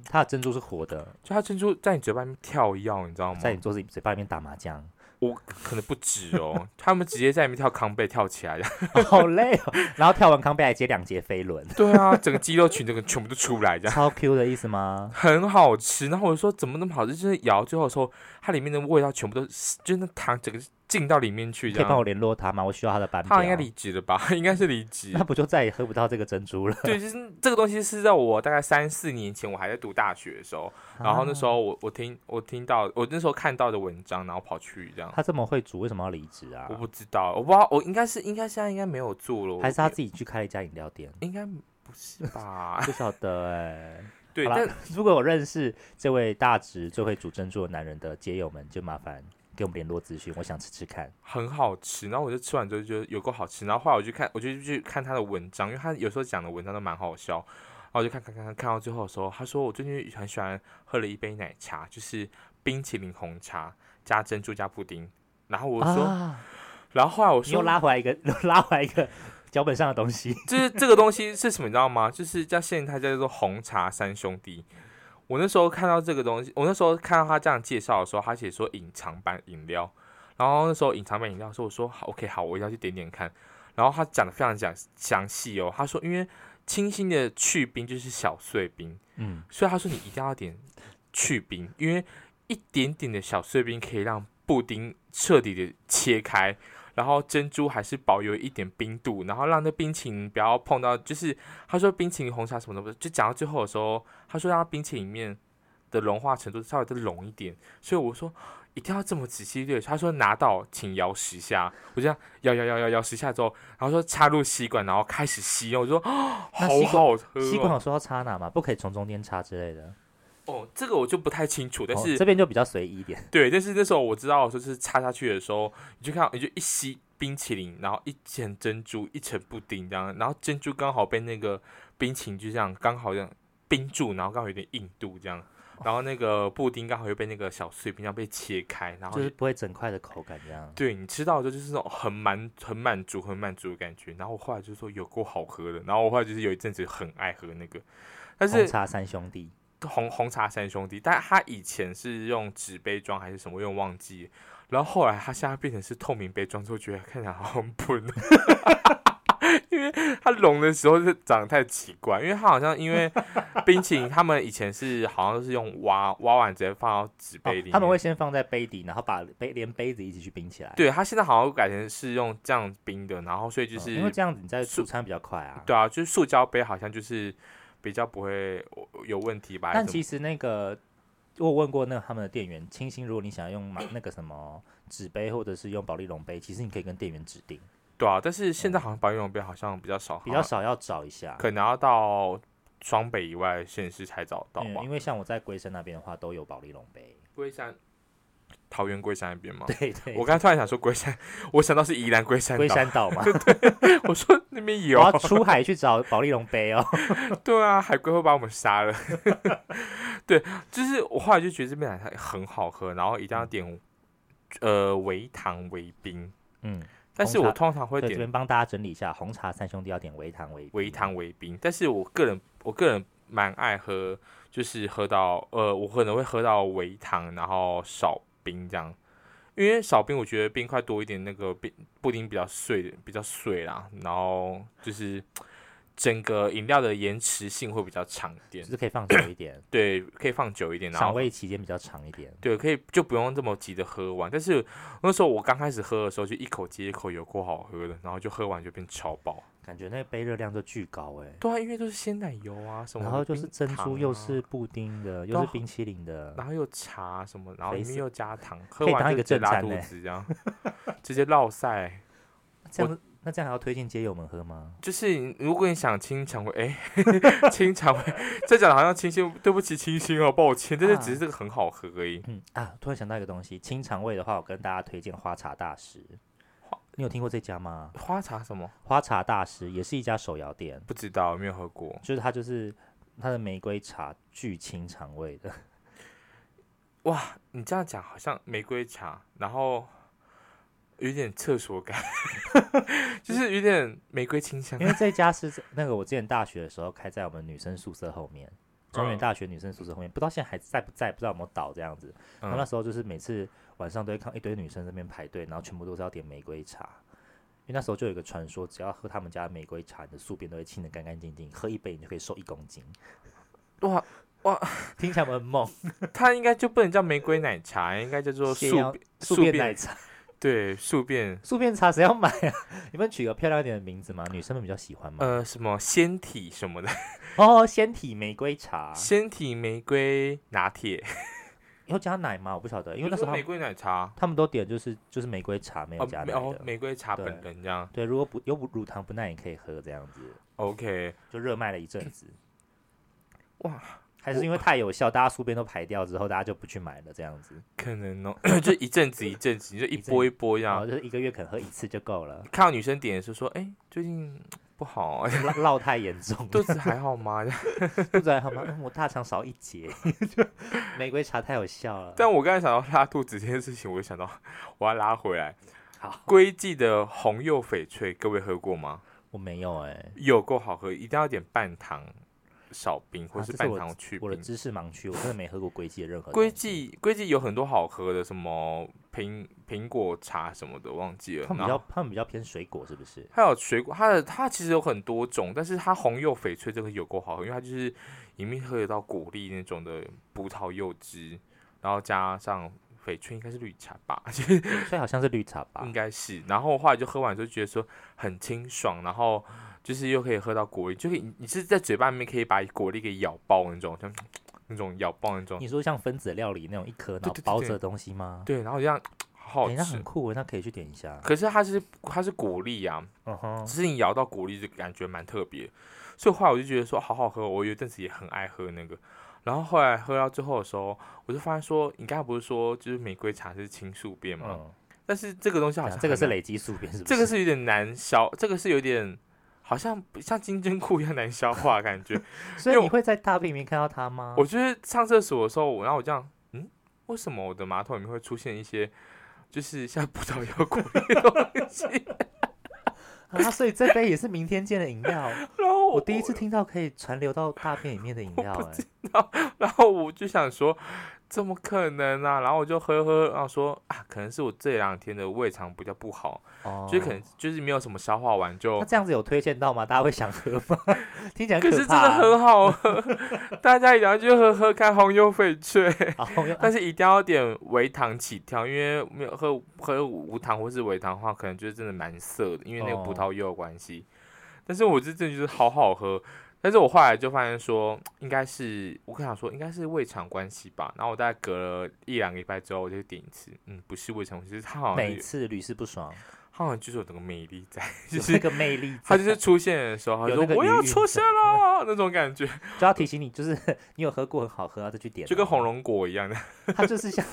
S2: 他的珍珠是活的，
S1: 就它珍珠在你嘴巴里面跳跃，你知道吗？
S2: 在你桌子嘴巴里面打麻将， <laughs>
S1: 我可能不止哦，他们直接在里面跳康贝跳起来
S2: <laughs>
S1: 的。
S2: 好累哦。然后跳完康贝还接两节飞轮，
S1: 对啊，整个肌肉群整个全部都出来，这样
S2: 超 Q 的意
S1: <laughs>
S2: 思吗？
S1: 很好吃。然后我就说怎么那么好吃，就是咬到最后的时候，它里面的味道全部都是，就是那糖整个进到里面去，这
S2: 可以帮
S1: 样。
S2: 我联络他吗？我需要他的班
S1: 他应该
S2: 表。
S1: 离职了吧？应该是离职
S2: <laughs> 那。不就再也喝不到这个珍珠了？
S1: 对，就是这个东西是在我大概三四年前，我还在读大学的时候，
S2: 啊
S1: 然后那时
S2: 候
S1: 候我我听我听到我那时候看到的文章，然后跑去这样。
S2: 啊他这么会煮，为什么要离职啊
S1: 我？不知道，我不知道，我应该是应该现在应该没有做了，我
S2: 还是他自己去开了一家饮料店？
S1: 应该不是
S2: <laughs>
S1: 吧？
S2: 不晓得哎、
S1: <laughs> 对，
S2: 好啦
S1: 但
S2: 如果有认识这位大直最会煮珍珠的男人的街友们，就麻烦给我们联络资讯，我想吃吃看。
S1: 很好吃。然后我就吃完之后就觉得有够好吃。然后后来我就看，我就去看他的文章，因为他有时候讲的文章都蛮好笑。然后我就看看看看看到最后的时候，他说我最近很喜欢喝了一杯奶茶，就是冰淇淋红茶加珍珠加布丁。然后我说，
S2: 啊、
S1: 然后后来我
S2: 你又
S1: 说，
S2: 拉回来一个， <laughs> 又拉回来一个脚本上的
S1: <laughs>
S2: 东西。
S1: 就是这个东西是什么，你知道吗？就是叫现在它叫做红茶三兄弟。我那时候看到这个东西，我那时候看到他这样介绍的时候，他写说隐藏版饮料，然后那时候隐藏版饮料的时候，我说好，OK，好，我一定要去点点看。然后他讲的非常讲详细哦，他说因为清新的去冰就是小碎冰，
S2: 嗯，
S1: 所以他说你一定要点去冰，因为一点点的小碎冰可以让布丁彻底的切开，然后珍珠还是保有一点冰度，然后让那冰淇淋不要碰到。就是他说冰淇淋红茶什么的，不是就讲到最后的时候，他说让冰淇淋里面的融化程度稍微再融一点，所以我说一定要这么仔细对。他说拿到请摇十下，我这样摇摇摇摇摇十下之后，然后说插入吸管，然后开始吸，我就说哦好
S2: 那吸管
S1: 好喝
S2: 吸管
S1: 哦
S2: 有说要插哪吗？不可以从中间插之类的。
S1: 哦，这个我就不太清楚，但
S2: 哦
S1: 是
S2: 这边就比较随意一点。
S1: 对，但是那时候我知道，就是插下去的时候，你就看到，你就一吸冰淇淋，然后一层珍珠，一层布丁这样，然后珍珠刚好被那个冰淇淋就这样刚好这样冰住，然后刚好有点硬度这样，
S2: 哦
S1: 然后那个布丁刚好又被那个小碎冰这样被切开，然后
S2: 就是不会整块的口感这样。
S1: 对你吃到的就是那种很满、很满足、很满足的感觉。然后我后来就说有够好喝的，然后我后来就是有一阵子很爱喝那个，但是
S2: 红茶三兄弟，
S1: 红红茶三兄弟，但他以前是用纸杯装还是什么，我有点忘记了。然后后来他现在变成是透明杯装之后，觉得看起来好像笨， <laughs> 因为他融的时候是长得太奇怪，因为他好像因
S2: <laughs>
S1: 为冰淇淋，他们以前是好像是用挖挖完直接放到纸
S2: 哦
S1: 杯里面、
S2: 他们会先放在杯底，然后把杯连杯子一起去冰起来。
S1: 对他现在好像改成是用这样冰的，然后所以就
S2: 嗯，
S1: 是、
S2: 因为这样子你在
S1: 塑
S2: 出餐比较快啊。
S1: 对啊，就是塑胶杯好像就是比较不会哦有问题吧？
S2: 但
S1: 啊还是
S2: 其实那个我有问过那个他们的店员，清新，如果你想用买那个什么纸杯或者是用保丽龙杯，其实你可以跟店员指定，
S1: 对啊，但是现在好像保育用杯好像比较少，
S2: 嗯比较少要找一下。嗯
S1: 可能要到双北以外县市才找到
S2: 嗯
S1: 吧
S2: 因。为像我在龟山那边的话，都有保丽龙
S1: <laughs>
S2: 杯。
S1: 龟山，桃园龟山那边吗？
S2: 对对，
S1: 我刚才突然想说龟山，我想到是宜兰龟山
S2: 龟
S1: 岛，
S2: 山
S1: <laughs>
S2: 岛嘛，
S1: 我说那边
S2: 我要
S1: 有，
S2: 出海去找保丽龙杯哦。 <laughs>
S1: 对啊，海龟会把我们杀了。 <laughs> 对，就是我后来就觉得这边奶茶很好喝，然后一定要点呃微糖微冰，
S2: 嗯，
S1: 但是我
S2: 红
S1: 通常会
S2: 对，这
S1: 点
S2: 边帮大家整理一下，红茶三兄弟要点微糖微冰
S1: 微。糖微冰，但是我个人我个人蛮爱喝，就是喝到呃，我可能会喝到微糖，然后少冰这样，因为少冰我觉得冰块多一点，那个冰布丁比较碎，比较碎啦，然后就是整个饮料的延迟性会比较长一点
S2: 就，是可以放久一点，
S1: 对，可以放久一 <coughs> 点，然
S2: 赏
S1: 后
S2: 味期间比较长一点。
S1: 对，可以就不用这么急的喝完。但是那时候我刚开始喝的时候，就一口接一口，有够好喝的，然后就喝完就变超饱。
S2: 感觉那杯热量就巨高哎、
S1: 对啊，因为都是鲜奶油啊什么的，
S2: 然后就是
S1: 冰
S2: 珍珠，
S1: 糖
S2: 又
S1: 啊
S2: 是布丁的，
S1: 对
S2: 又
S1: 啊
S2: 是冰淇
S1: <laughs>
S2: 淋的，
S1: 然后又茶什么，然后
S2: 肥
S1: 里面
S2: 色
S1: 又加糖，喝
S2: 可以当
S1: 完
S2: 一
S1: 就
S2: 个
S1: 直接
S2: 正
S1: 拉
S2: 餐
S1: 肚
S2: 呢 <laughs>
S1: 子这样，直接落塞。
S2: 这样那这样还要推荐街友们喝吗？
S1: 就是你如果你想清肠胃， <laughs> 哎、清肠胃，这讲的好像清新，对不起清新哦，抱歉，但是只是这个很好喝而已。
S2: 嗯啊，突然想到一个东西，清肠胃的话，我跟大家推荐花茶大师。你有听过这家吗？
S1: 花茶什么
S2: 花茶大师也是一家手摇店，
S1: 不知道，没有喝过。
S2: 就是它就是它的玫瑰茶巨清肠胃
S1: <laughs>
S2: 的，
S1: 哇，你这样讲好像玫瑰茶，然后有点厕所感， <laughs> 就是有点玫瑰清香
S2: 因。为这家是在那个我之前大学的时候开在我们女生宿舍后面，中
S1: 嗯
S2: 原大学女生宿舍后面，不知道现在还在不在，不知道有没有倒这样子。然后那
S1: 嗯，
S2: 时候就是每次晚上都会看一堆女生在那边排队，然后全部都是要点玫瑰茶，因为那时候就有一个传说，只要喝他们家的玫瑰茶，你的宿便都会清得干干净净，喝一杯你就可以瘦一公斤。
S1: 哇，
S2: 听起来有没有很猛，
S1: 它应该就不能叫玫瑰奶茶，应该叫做
S2: 泻
S1: 素
S2: 药
S1: 宿
S2: 宿便
S1: 便
S2: 奶茶、
S1: 对宿便
S2: 宿便茶谁要买啊？ <laughs> 你们取个漂亮一点的名字嘛，女生们比较喜欢嘛。
S1: 呃什么纤体什么的，
S2: 哦，纤体玫瑰茶，
S1: 纤体玫瑰拿铁，
S2: 有加奶吗？我不晓得，因为
S1: 就
S2: 那时
S1: <laughs> 是
S2: 候他
S1: 玫
S2: 们
S1: 瑰奶茶，
S2: 他们都点就是就是玫瑰茶没有
S1: 哦
S2: 加奶
S1: 没
S2: 的。
S1: 哦玫瑰茶
S2: 对
S1: 本人这样
S2: 对，如果不有乳糖不耐也可以喝这样子。
S1: ，OK，
S2: 就热卖了一阵子。
S1: 哇！
S2: 还是因为太有效，大家书边都排掉之后，大家就不去买了，这样子，
S1: 可能哦， <laughs> 就一阵子一阵子，你就一
S2: 一阵哦
S1: 波一波这
S2: 然
S1: 样，
S2: 后。就是一个月可能喝一次就够了
S1: 看到女生点的时候说，哎、最近不
S2: <laughs>
S1: 好、啊
S2: 落落太严重了，
S1: 肚子还好吗？
S2: 肚子还好吗？嗯我大肠少一
S1: <laughs>
S2: 截，就玫瑰茶太有效了。
S1: 但我刚才想到拉肚子这件事情，我就想到我要拉回来。
S2: 好，
S1: 龟记的红柚翡翠，各位喝过吗？
S2: 我没有哎、
S1: 有够好喝，一定要点半糖少冰，或
S2: 啊
S1: 是
S2: 这是
S1: 半
S2: 我
S1: 糖去
S2: 我
S1: 冰。
S2: 的知识盲区，我真的没喝过龟记的任何
S1: 龟
S2: 东西，
S1: 记龟记有很多好喝的，什么苹苹果茶什么的，忘记了。
S2: 他们比
S1: 然后
S2: 较他们比较偏水果是不是？
S1: 还有水果，它的它其实有很多种，但是它红柚翡翠这个有够好喝，因为它就是里面喝得到果粒那种的葡萄柚汁，然后加上翡翠应该是绿茶吧，就是
S2: 所以好像是绿茶吧
S1: 应？该是。然后后来就喝完之后觉得说很清爽，然后就是又可以喝到果粒，就可以你是在嘴巴里面可以把果粒给咬爆那种，像那种咬爆那种。
S2: 你说像分子料理那种一颗然
S1: 对
S2: 后
S1: 对对
S2: 包
S1: 对
S2: 着的东西吗？
S1: 对，然后这样好
S2: 诶
S1: 好
S2: 那
S1: 吃
S2: 很。酷诶，那可以去点一下。
S1: 可是它是它是果粒啊，
S2: 嗯哼，
S1: 只是你咬到果粒就感觉蛮特别，所以后来我就觉得说好好喝，我有一阵子也很爱喝那个。然后后来喝到最后的时候，我就发现说，你刚才不是说就是玫瑰茶是清宿便吗？
S2: 嗯，
S1: 但是这个东西好
S2: 等
S1: 像
S2: 一下这个
S1: 很
S2: 是
S1: 难，
S2: 累积宿便，是不是？
S1: 这个是有点难消，这个是有点好像不像金针菇一样难消化的感觉。
S2: 所
S1: 因为
S2: 以你
S1: 我
S2: 会在大便里面看到它吗？
S1: 我就是上厕所的时候，我然后我这样，嗯，为什么我的马桶里面会出现一些就是像葡萄柚果粒的东西？ <laughs>
S2: 啊，所以这杯也是明天见的
S1: <laughs>
S2: 饮料。
S1: 然后
S2: 我第一次听到可以传流到大便里面的饮料、哎，
S1: 然后我就想说，怎么可能啊？然后我就喝喝，然后说啊，可能是我这两天的胃肠比较不好，
S2: 哦
S1: 就是可能就是没有什么消化完就
S2: 那。这样子有推荐到吗？大家会想喝吗？ <laughs> 听起来
S1: 可是
S2: 很
S1: 真
S2: 怕啊
S1: 的很好喝， <laughs> 大家一定要去喝喝看红油翡翠，
S2: 啊，好用
S1: 但是一定要点微糖起跳，因为没有喝喝无糖或是微糖的话，可能就是真的蛮涩的，因为那个葡
S2: 哦
S1: 萄柚的关系。但是我这真的就是好好喝，但是我后来就发现说，应该是我跟他说应该是胃肠关系吧。然后我大概隔了一两个礼拜之后，我就点一次，嗯，不是胃肠，其实它好像
S2: 每
S1: 是
S2: 次屡试不爽，
S1: 它好像就是有那个魅力
S2: <laughs>
S1: 在，就
S2: 有那
S1: 是
S2: 个
S1: <laughs>
S2: 魅力在，
S1: 它就是出现的时候，它
S2: 有
S1: 说
S2: 那个
S1: 我
S2: 余
S1: 要
S2: 韵
S1: 出
S2: 在
S1: 现
S2: <laughs>
S1: 了那种感觉，
S2: 就要提醒你，就是 <laughs> 你有喝过很好喝，然后再去点啊，
S1: 就跟
S2: <laughs>
S1: 红龙果一样的。
S2: 它就是像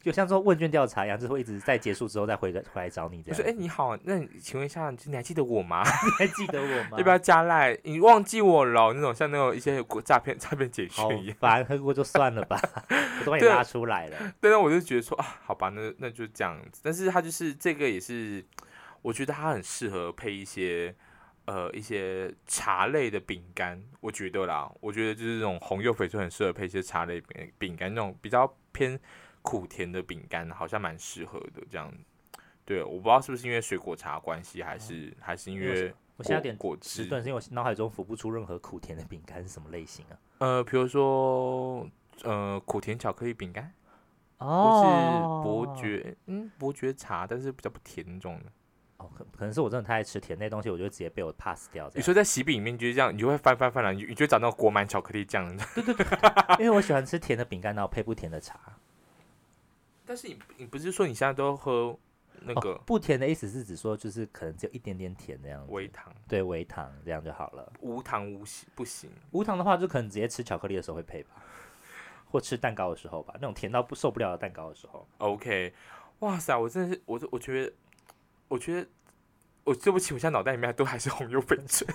S2: 就像做问卷调查一样，就是会一直在结束之后再回来回来找你这
S1: 我
S2: 样
S1: 说
S2: 子。
S1: 哎、你好，那你请问一下，你还记得我吗？
S2: 你还记得我吗？
S1: 要不要加赖？你忘记我了？那种像那种一些国诈骗诈骗简
S2: 好
S1: 讯一样。
S2: 烦，喝过就算了吧， <laughs> 我都把你
S1: 对啊
S2: 拉出来
S1: <laughs>
S2: 了。
S1: 但是我就觉得说啊，好吧，那那就这样子。但是它就是这个也是，我觉得它很适合配一些呃一些茶类的饼干，我觉得啦，我觉得就是这种红柚翡翠很适合配一些茶类饼饼干，那种比较偏苦甜的饼干，好像蛮适合的这样。对，我不知道是不是因为水果茶的关系，还是还是因
S2: 因为
S1: 为
S2: 我现在有点
S1: 果果
S2: 迟
S1: 汁
S2: 钝，是因为我脑海中浮不出任何苦甜的饼干是什么类型啊？
S1: 呃，比如说呃苦甜巧克力饼干，或
S2: 哦
S1: 是，伯爵，嗯，伯爵茶，但是比较不甜那种的。
S2: 哦，可可能是我真的太爱吃甜类东西，我就直接被我 pass 掉这
S1: 你
S2: 样。
S1: 说在喜饼里面就是这样，你就会翻翻翻来，你就你就会找到裹满巧克力酱的。
S2: <laughs>
S1: <laughs>
S2: 因为我喜欢吃甜的饼干，然后配不甜的茶。
S1: 但是你你不是说你现在都喝那
S2: 哦
S1: 个
S2: 不甜的意思是指说，就是可能只有一点点甜那样子，
S1: 微糖，
S2: 对微糖这样就好了。
S1: 无糖无喜不行？
S2: 无糖的话，就可能直接吃巧克力的时候会配吧，或吃蛋糕的时候吧，那种甜到不受不了的蛋糕的时候。
S1: OK，哇塞，我真的是，我我觉得，我觉得，我对不起，我现在脑袋里面都还是红油翡 <laughs>
S2: <laughs>
S1: 翠，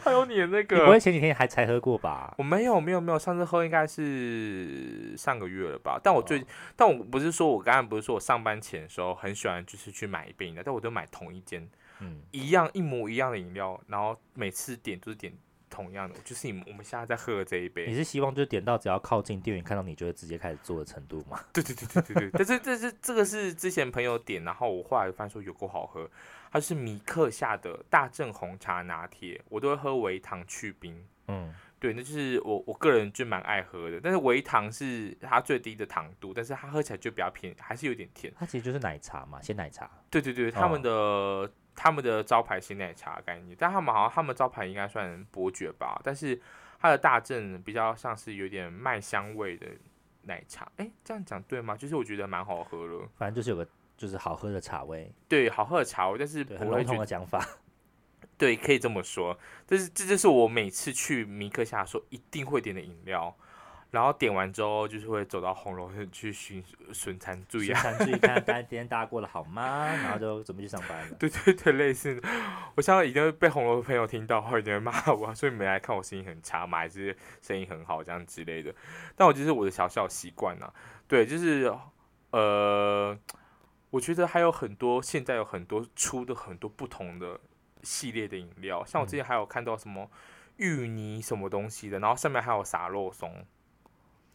S1: 还有你的那
S2: 你不会
S1: 个。
S2: 前几天还才喝过吧？
S1: 我没有没有没有，上次喝应该是上个月了吧？但我最、但我不是说我刚才不是说我上班前的时候很喜欢就是去买一杯饮料，但我都买同一间
S2: 嗯，
S1: 一样一模一样的饮料，然后每次点都是点同样的，就是你们我们现在在喝的这一杯。
S2: 你是希望就是点到只要靠近店员看到你就会直接开始做的程度吗？
S1: 对对对对对对，但是这是这个是之前朋友点，然后我后来发现说有够好喝，它是米克下的大正红茶拿铁，我都会喝微糖去冰。
S2: 嗯，
S1: 对，那就是我我个人就蛮爱喝的，但是微糖是它最低的糖度，但是它喝起来就比较偏，还是有点甜。
S2: 它其实就是奶茶嘛，鲜奶茶。
S1: 对对对，他们的、
S2: 哦
S1: 他们的招牌鲜奶茶的概念，但他们好像他们招牌应该算伯爵吧，但是它的大正比较像是有点麦香味的奶茶。哎，这样讲对吗？就是我觉得蛮好喝的。
S2: 反正就是有个就是好喝的茶味，
S1: 对，好喝的茶，但是
S2: 对，
S1: 不
S2: 很
S1: 会
S2: 笼
S1: 觉
S2: 统
S1: 得
S2: 的讲法。
S1: 对，可以这么说。但是这就是我每次去米克夏说一定会点的饮料，然后点完之后就是会走到红楼去寻寻餐注意啊，
S2: 三注意看大家今天大家过得好吗？然后就准备去上班
S1: <laughs>
S2: 了。
S1: 对对对，类似的。我相信一定会被红楼的朋友听到，会有人骂我，啊所以你们来看我声音很差嘛，还是声音很好这样之类的。但我就是我的小小习惯呐，对，就是呃，我觉得还有很多现在有很多出的很多不同的系列的饮料，像我
S2: 嗯
S1: 之前还有看到什么芋泥什么东西的，然后上面还有撒肉松，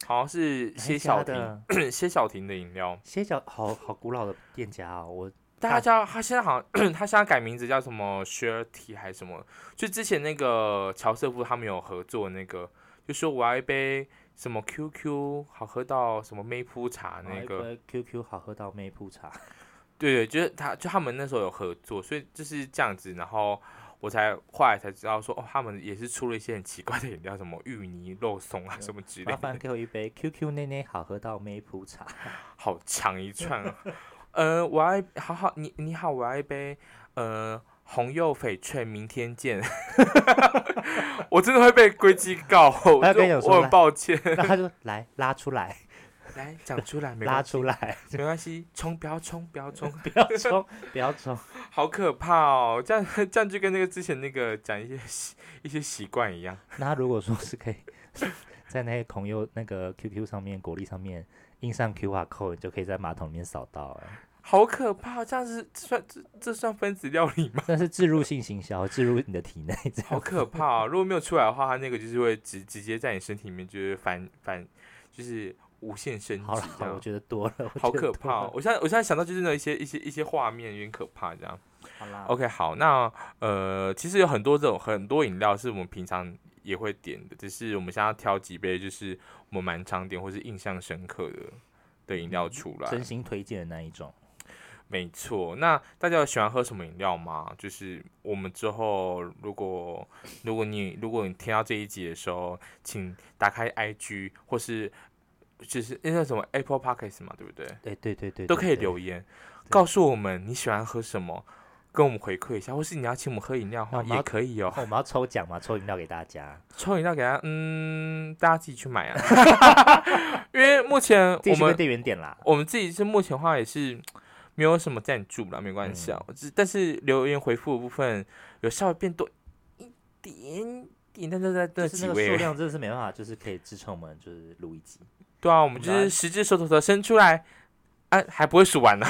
S1: 好像是
S2: 哪一
S1: 歇
S2: 家
S1: 小婷
S2: 哎
S1: <coughs>
S2: 的
S1: 歇小婷的饮料。
S2: 歇脚好好古老的店家哦，我
S1: 大家他现在好像 <clears throat> 他现在改名字叫什么 Share Tea 还是什么？就之前那个乔瑟夫他们有合作那个，就说我要一杯什么 QQ 好喝到什么妹铺茶
S2: 然后
S1: 那
S2: 哦一
S1: 个，
S2: 杯 QQ 好喝到妹铺茶，
S1: 对对，就是他就他们那时候有合作，所以就是这样子，然后我才后来才知道说哦，他们也是出了一些很奇怪的饮料，什么芋泥肉松啊什么之类
S2: 麻
S1: 的。 <laughs>
S2: 烦给我一杯 QQ 内内好喝到妹铺茶。
S1: 好长一串啊。 <laughs> 呃，我要一好好你你好，我要一杯呃红柚翡翠，明天见。 <laughs> 我真的会被归机告，
S2: <laughs> 他
S1: 我
S2: 跟你
S1: 就
S2: 讲说
S1: 我
S2: 来
S1: 很抱
S2: <laughs>
S1: 歉。
S2: 那他就来拉出来，
S1: 来讲出来，没
S2: 拉
S1: 关系，
S2: 出来，
S1: 没关系，冲不要冲，不要冲， <laughs>
S2: 不要冲，不要冲。
S1: 好可怕哦！这样 <laughs> 这样就跟那个之前那个讲一些习一些习惯一样。
S2: 那他如果说是可以 <laughs> 在那个孔佑那个 QQ 上面、果粒上面印上 QR code，你就可以在马桶里面扫到、哎，
S1: 好可怕、哦！这样子这算这这算分子料理吗？
S2: 那是植入性行销，植入你的体内，这
S1: 好
S2: 样
S1: 可怕、哦！如果没有出来的话，它那个就是会直直接在你身体里面就是反反就是无限升级
S2: 好了，
S1: 这
S2: 好了
S1: 样
S2: 我。觉得多了，我
S1: 哦好
S2: 觉得
S1: 可
S2: 多
S1: 怕、哦！
S2: 了。
S1: 我现在我现在想到就是那一些一些一些画面有点可怕这样。
S2: 好啦
S1: OK，好，那呃，其实有很多这种很多饮料是我们平常也会点的，只是我们现在要挑几杯就是我们蛮常点或是印象深刻的的饮料出来。
S2: 嗯真心推荐的那一种，
S1: 没错，那大家有喜欢喝什么饮料吗？就是我们之后如果如果你如果你听到这一集的时候，请打开 IG 或是就是那叫什么 Apple p o c k e t 嘛，对不对？
S2: 对对对对，
S1: 都可以
S2: 对
S1: 留。言，
S2: 对
S1: 告诉我们你喜欢喝什么，跟我们回馈一下，或是你要请我们喝饮料的
S2: 那
S1: 话
S2: 我们
S1: 也
S2: 要
S1: 可以哦
S2: 然。后我们要抽奖嘛，抽饮料给大家，
S1: 抽饮料给他，嗯，大家自己去买啊，
S2: <laughs>
S1: 因为目前
S2: 自己
S1: 我
S2: 去跟
S1: 们
S2: 店员点啦。
S1: 我们自己是目前的话也是没有什么赞助啦，没关系
S2: 嗯
S1: 啊。只但是留言回复的部分有稍微变多一点点，但是在那
S2: 就是
S1: 几
S2: 那个
S1: 位
S2: 数
S1: 而已，
S2: 量真的是没办法，就是可以支撑我们就是录一
S1: <laughs>
S2: 集，
S1: 对啊，我们就是十只手指头伸出来，啊，还不会数完呢、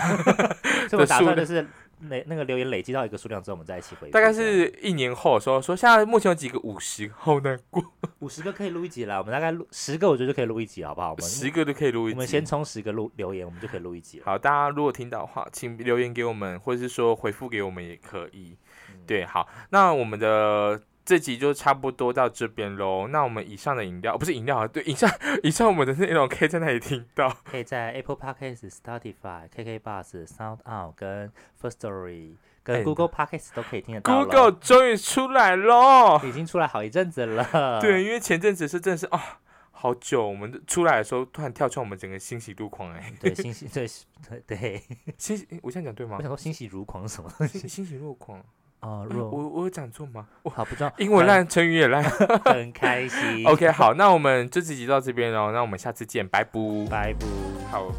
S2: 所以我打
S1: 数
S2: 算
S1: 量
S2: 就是累那个留言累积到一个数量之后，我们再一起回复这
S1: 大
S2: 样。
S1: 概是一年后的时候说，现在目前有几个五十，好难过。
S2: 五十个可以录一集啦，我们大概录十个，我觉得就可以录一集，好不好？我们
S1: 十个都可以录一
S2: 我
S1: 集。
S2: 们先冲十个录留言，我们就可以录一集了。
S1: 好，大家如果听到的话，请留言给我们，或者是说回复给我们也可以。对，好，那我们的这集就差不多到这边喽。那我们以上的饮料不是饮料啊，对，以上 <laughs> 以上我们的内容可以在那里听 <laughs> 到。
S2: 可以在 Apple Podcast、Spotify、KK Bus、Sound On 跟 First Story 跟
S1: And-
S2: Google Podcast 都可以听得到了。
S1: 哎 Google 终于出来 <laughs> 喽，
S2: <laughs> 已经出来好一阵子
S1: <laughs>
S2: 了。
S1: 对，因为前阵子是真的是哦，好久，我们的出来的时候突然跳出我们整个欣喜若狂哎、
S2: 对，欣喜对 <laughs> 对，
S1: <laughs> 欣喜，我这样讲对吗
S2: 我？想说欣喜如狂是什么
S1: 欣欣喜若狂，
S2: 哦，
S1: 嗯
S2: 若
S1: 我我有讲错 <laughs> 吗？我
S2: 好不知道，
S1: 英文
S2: 很
S1: 烂，成语也烂。 <laughs>
S2: 很开心。
S1: OK，好，那我们这集就到这边喽，那我们下次见，拜拜。
S2: 拜拜。
S1: 好。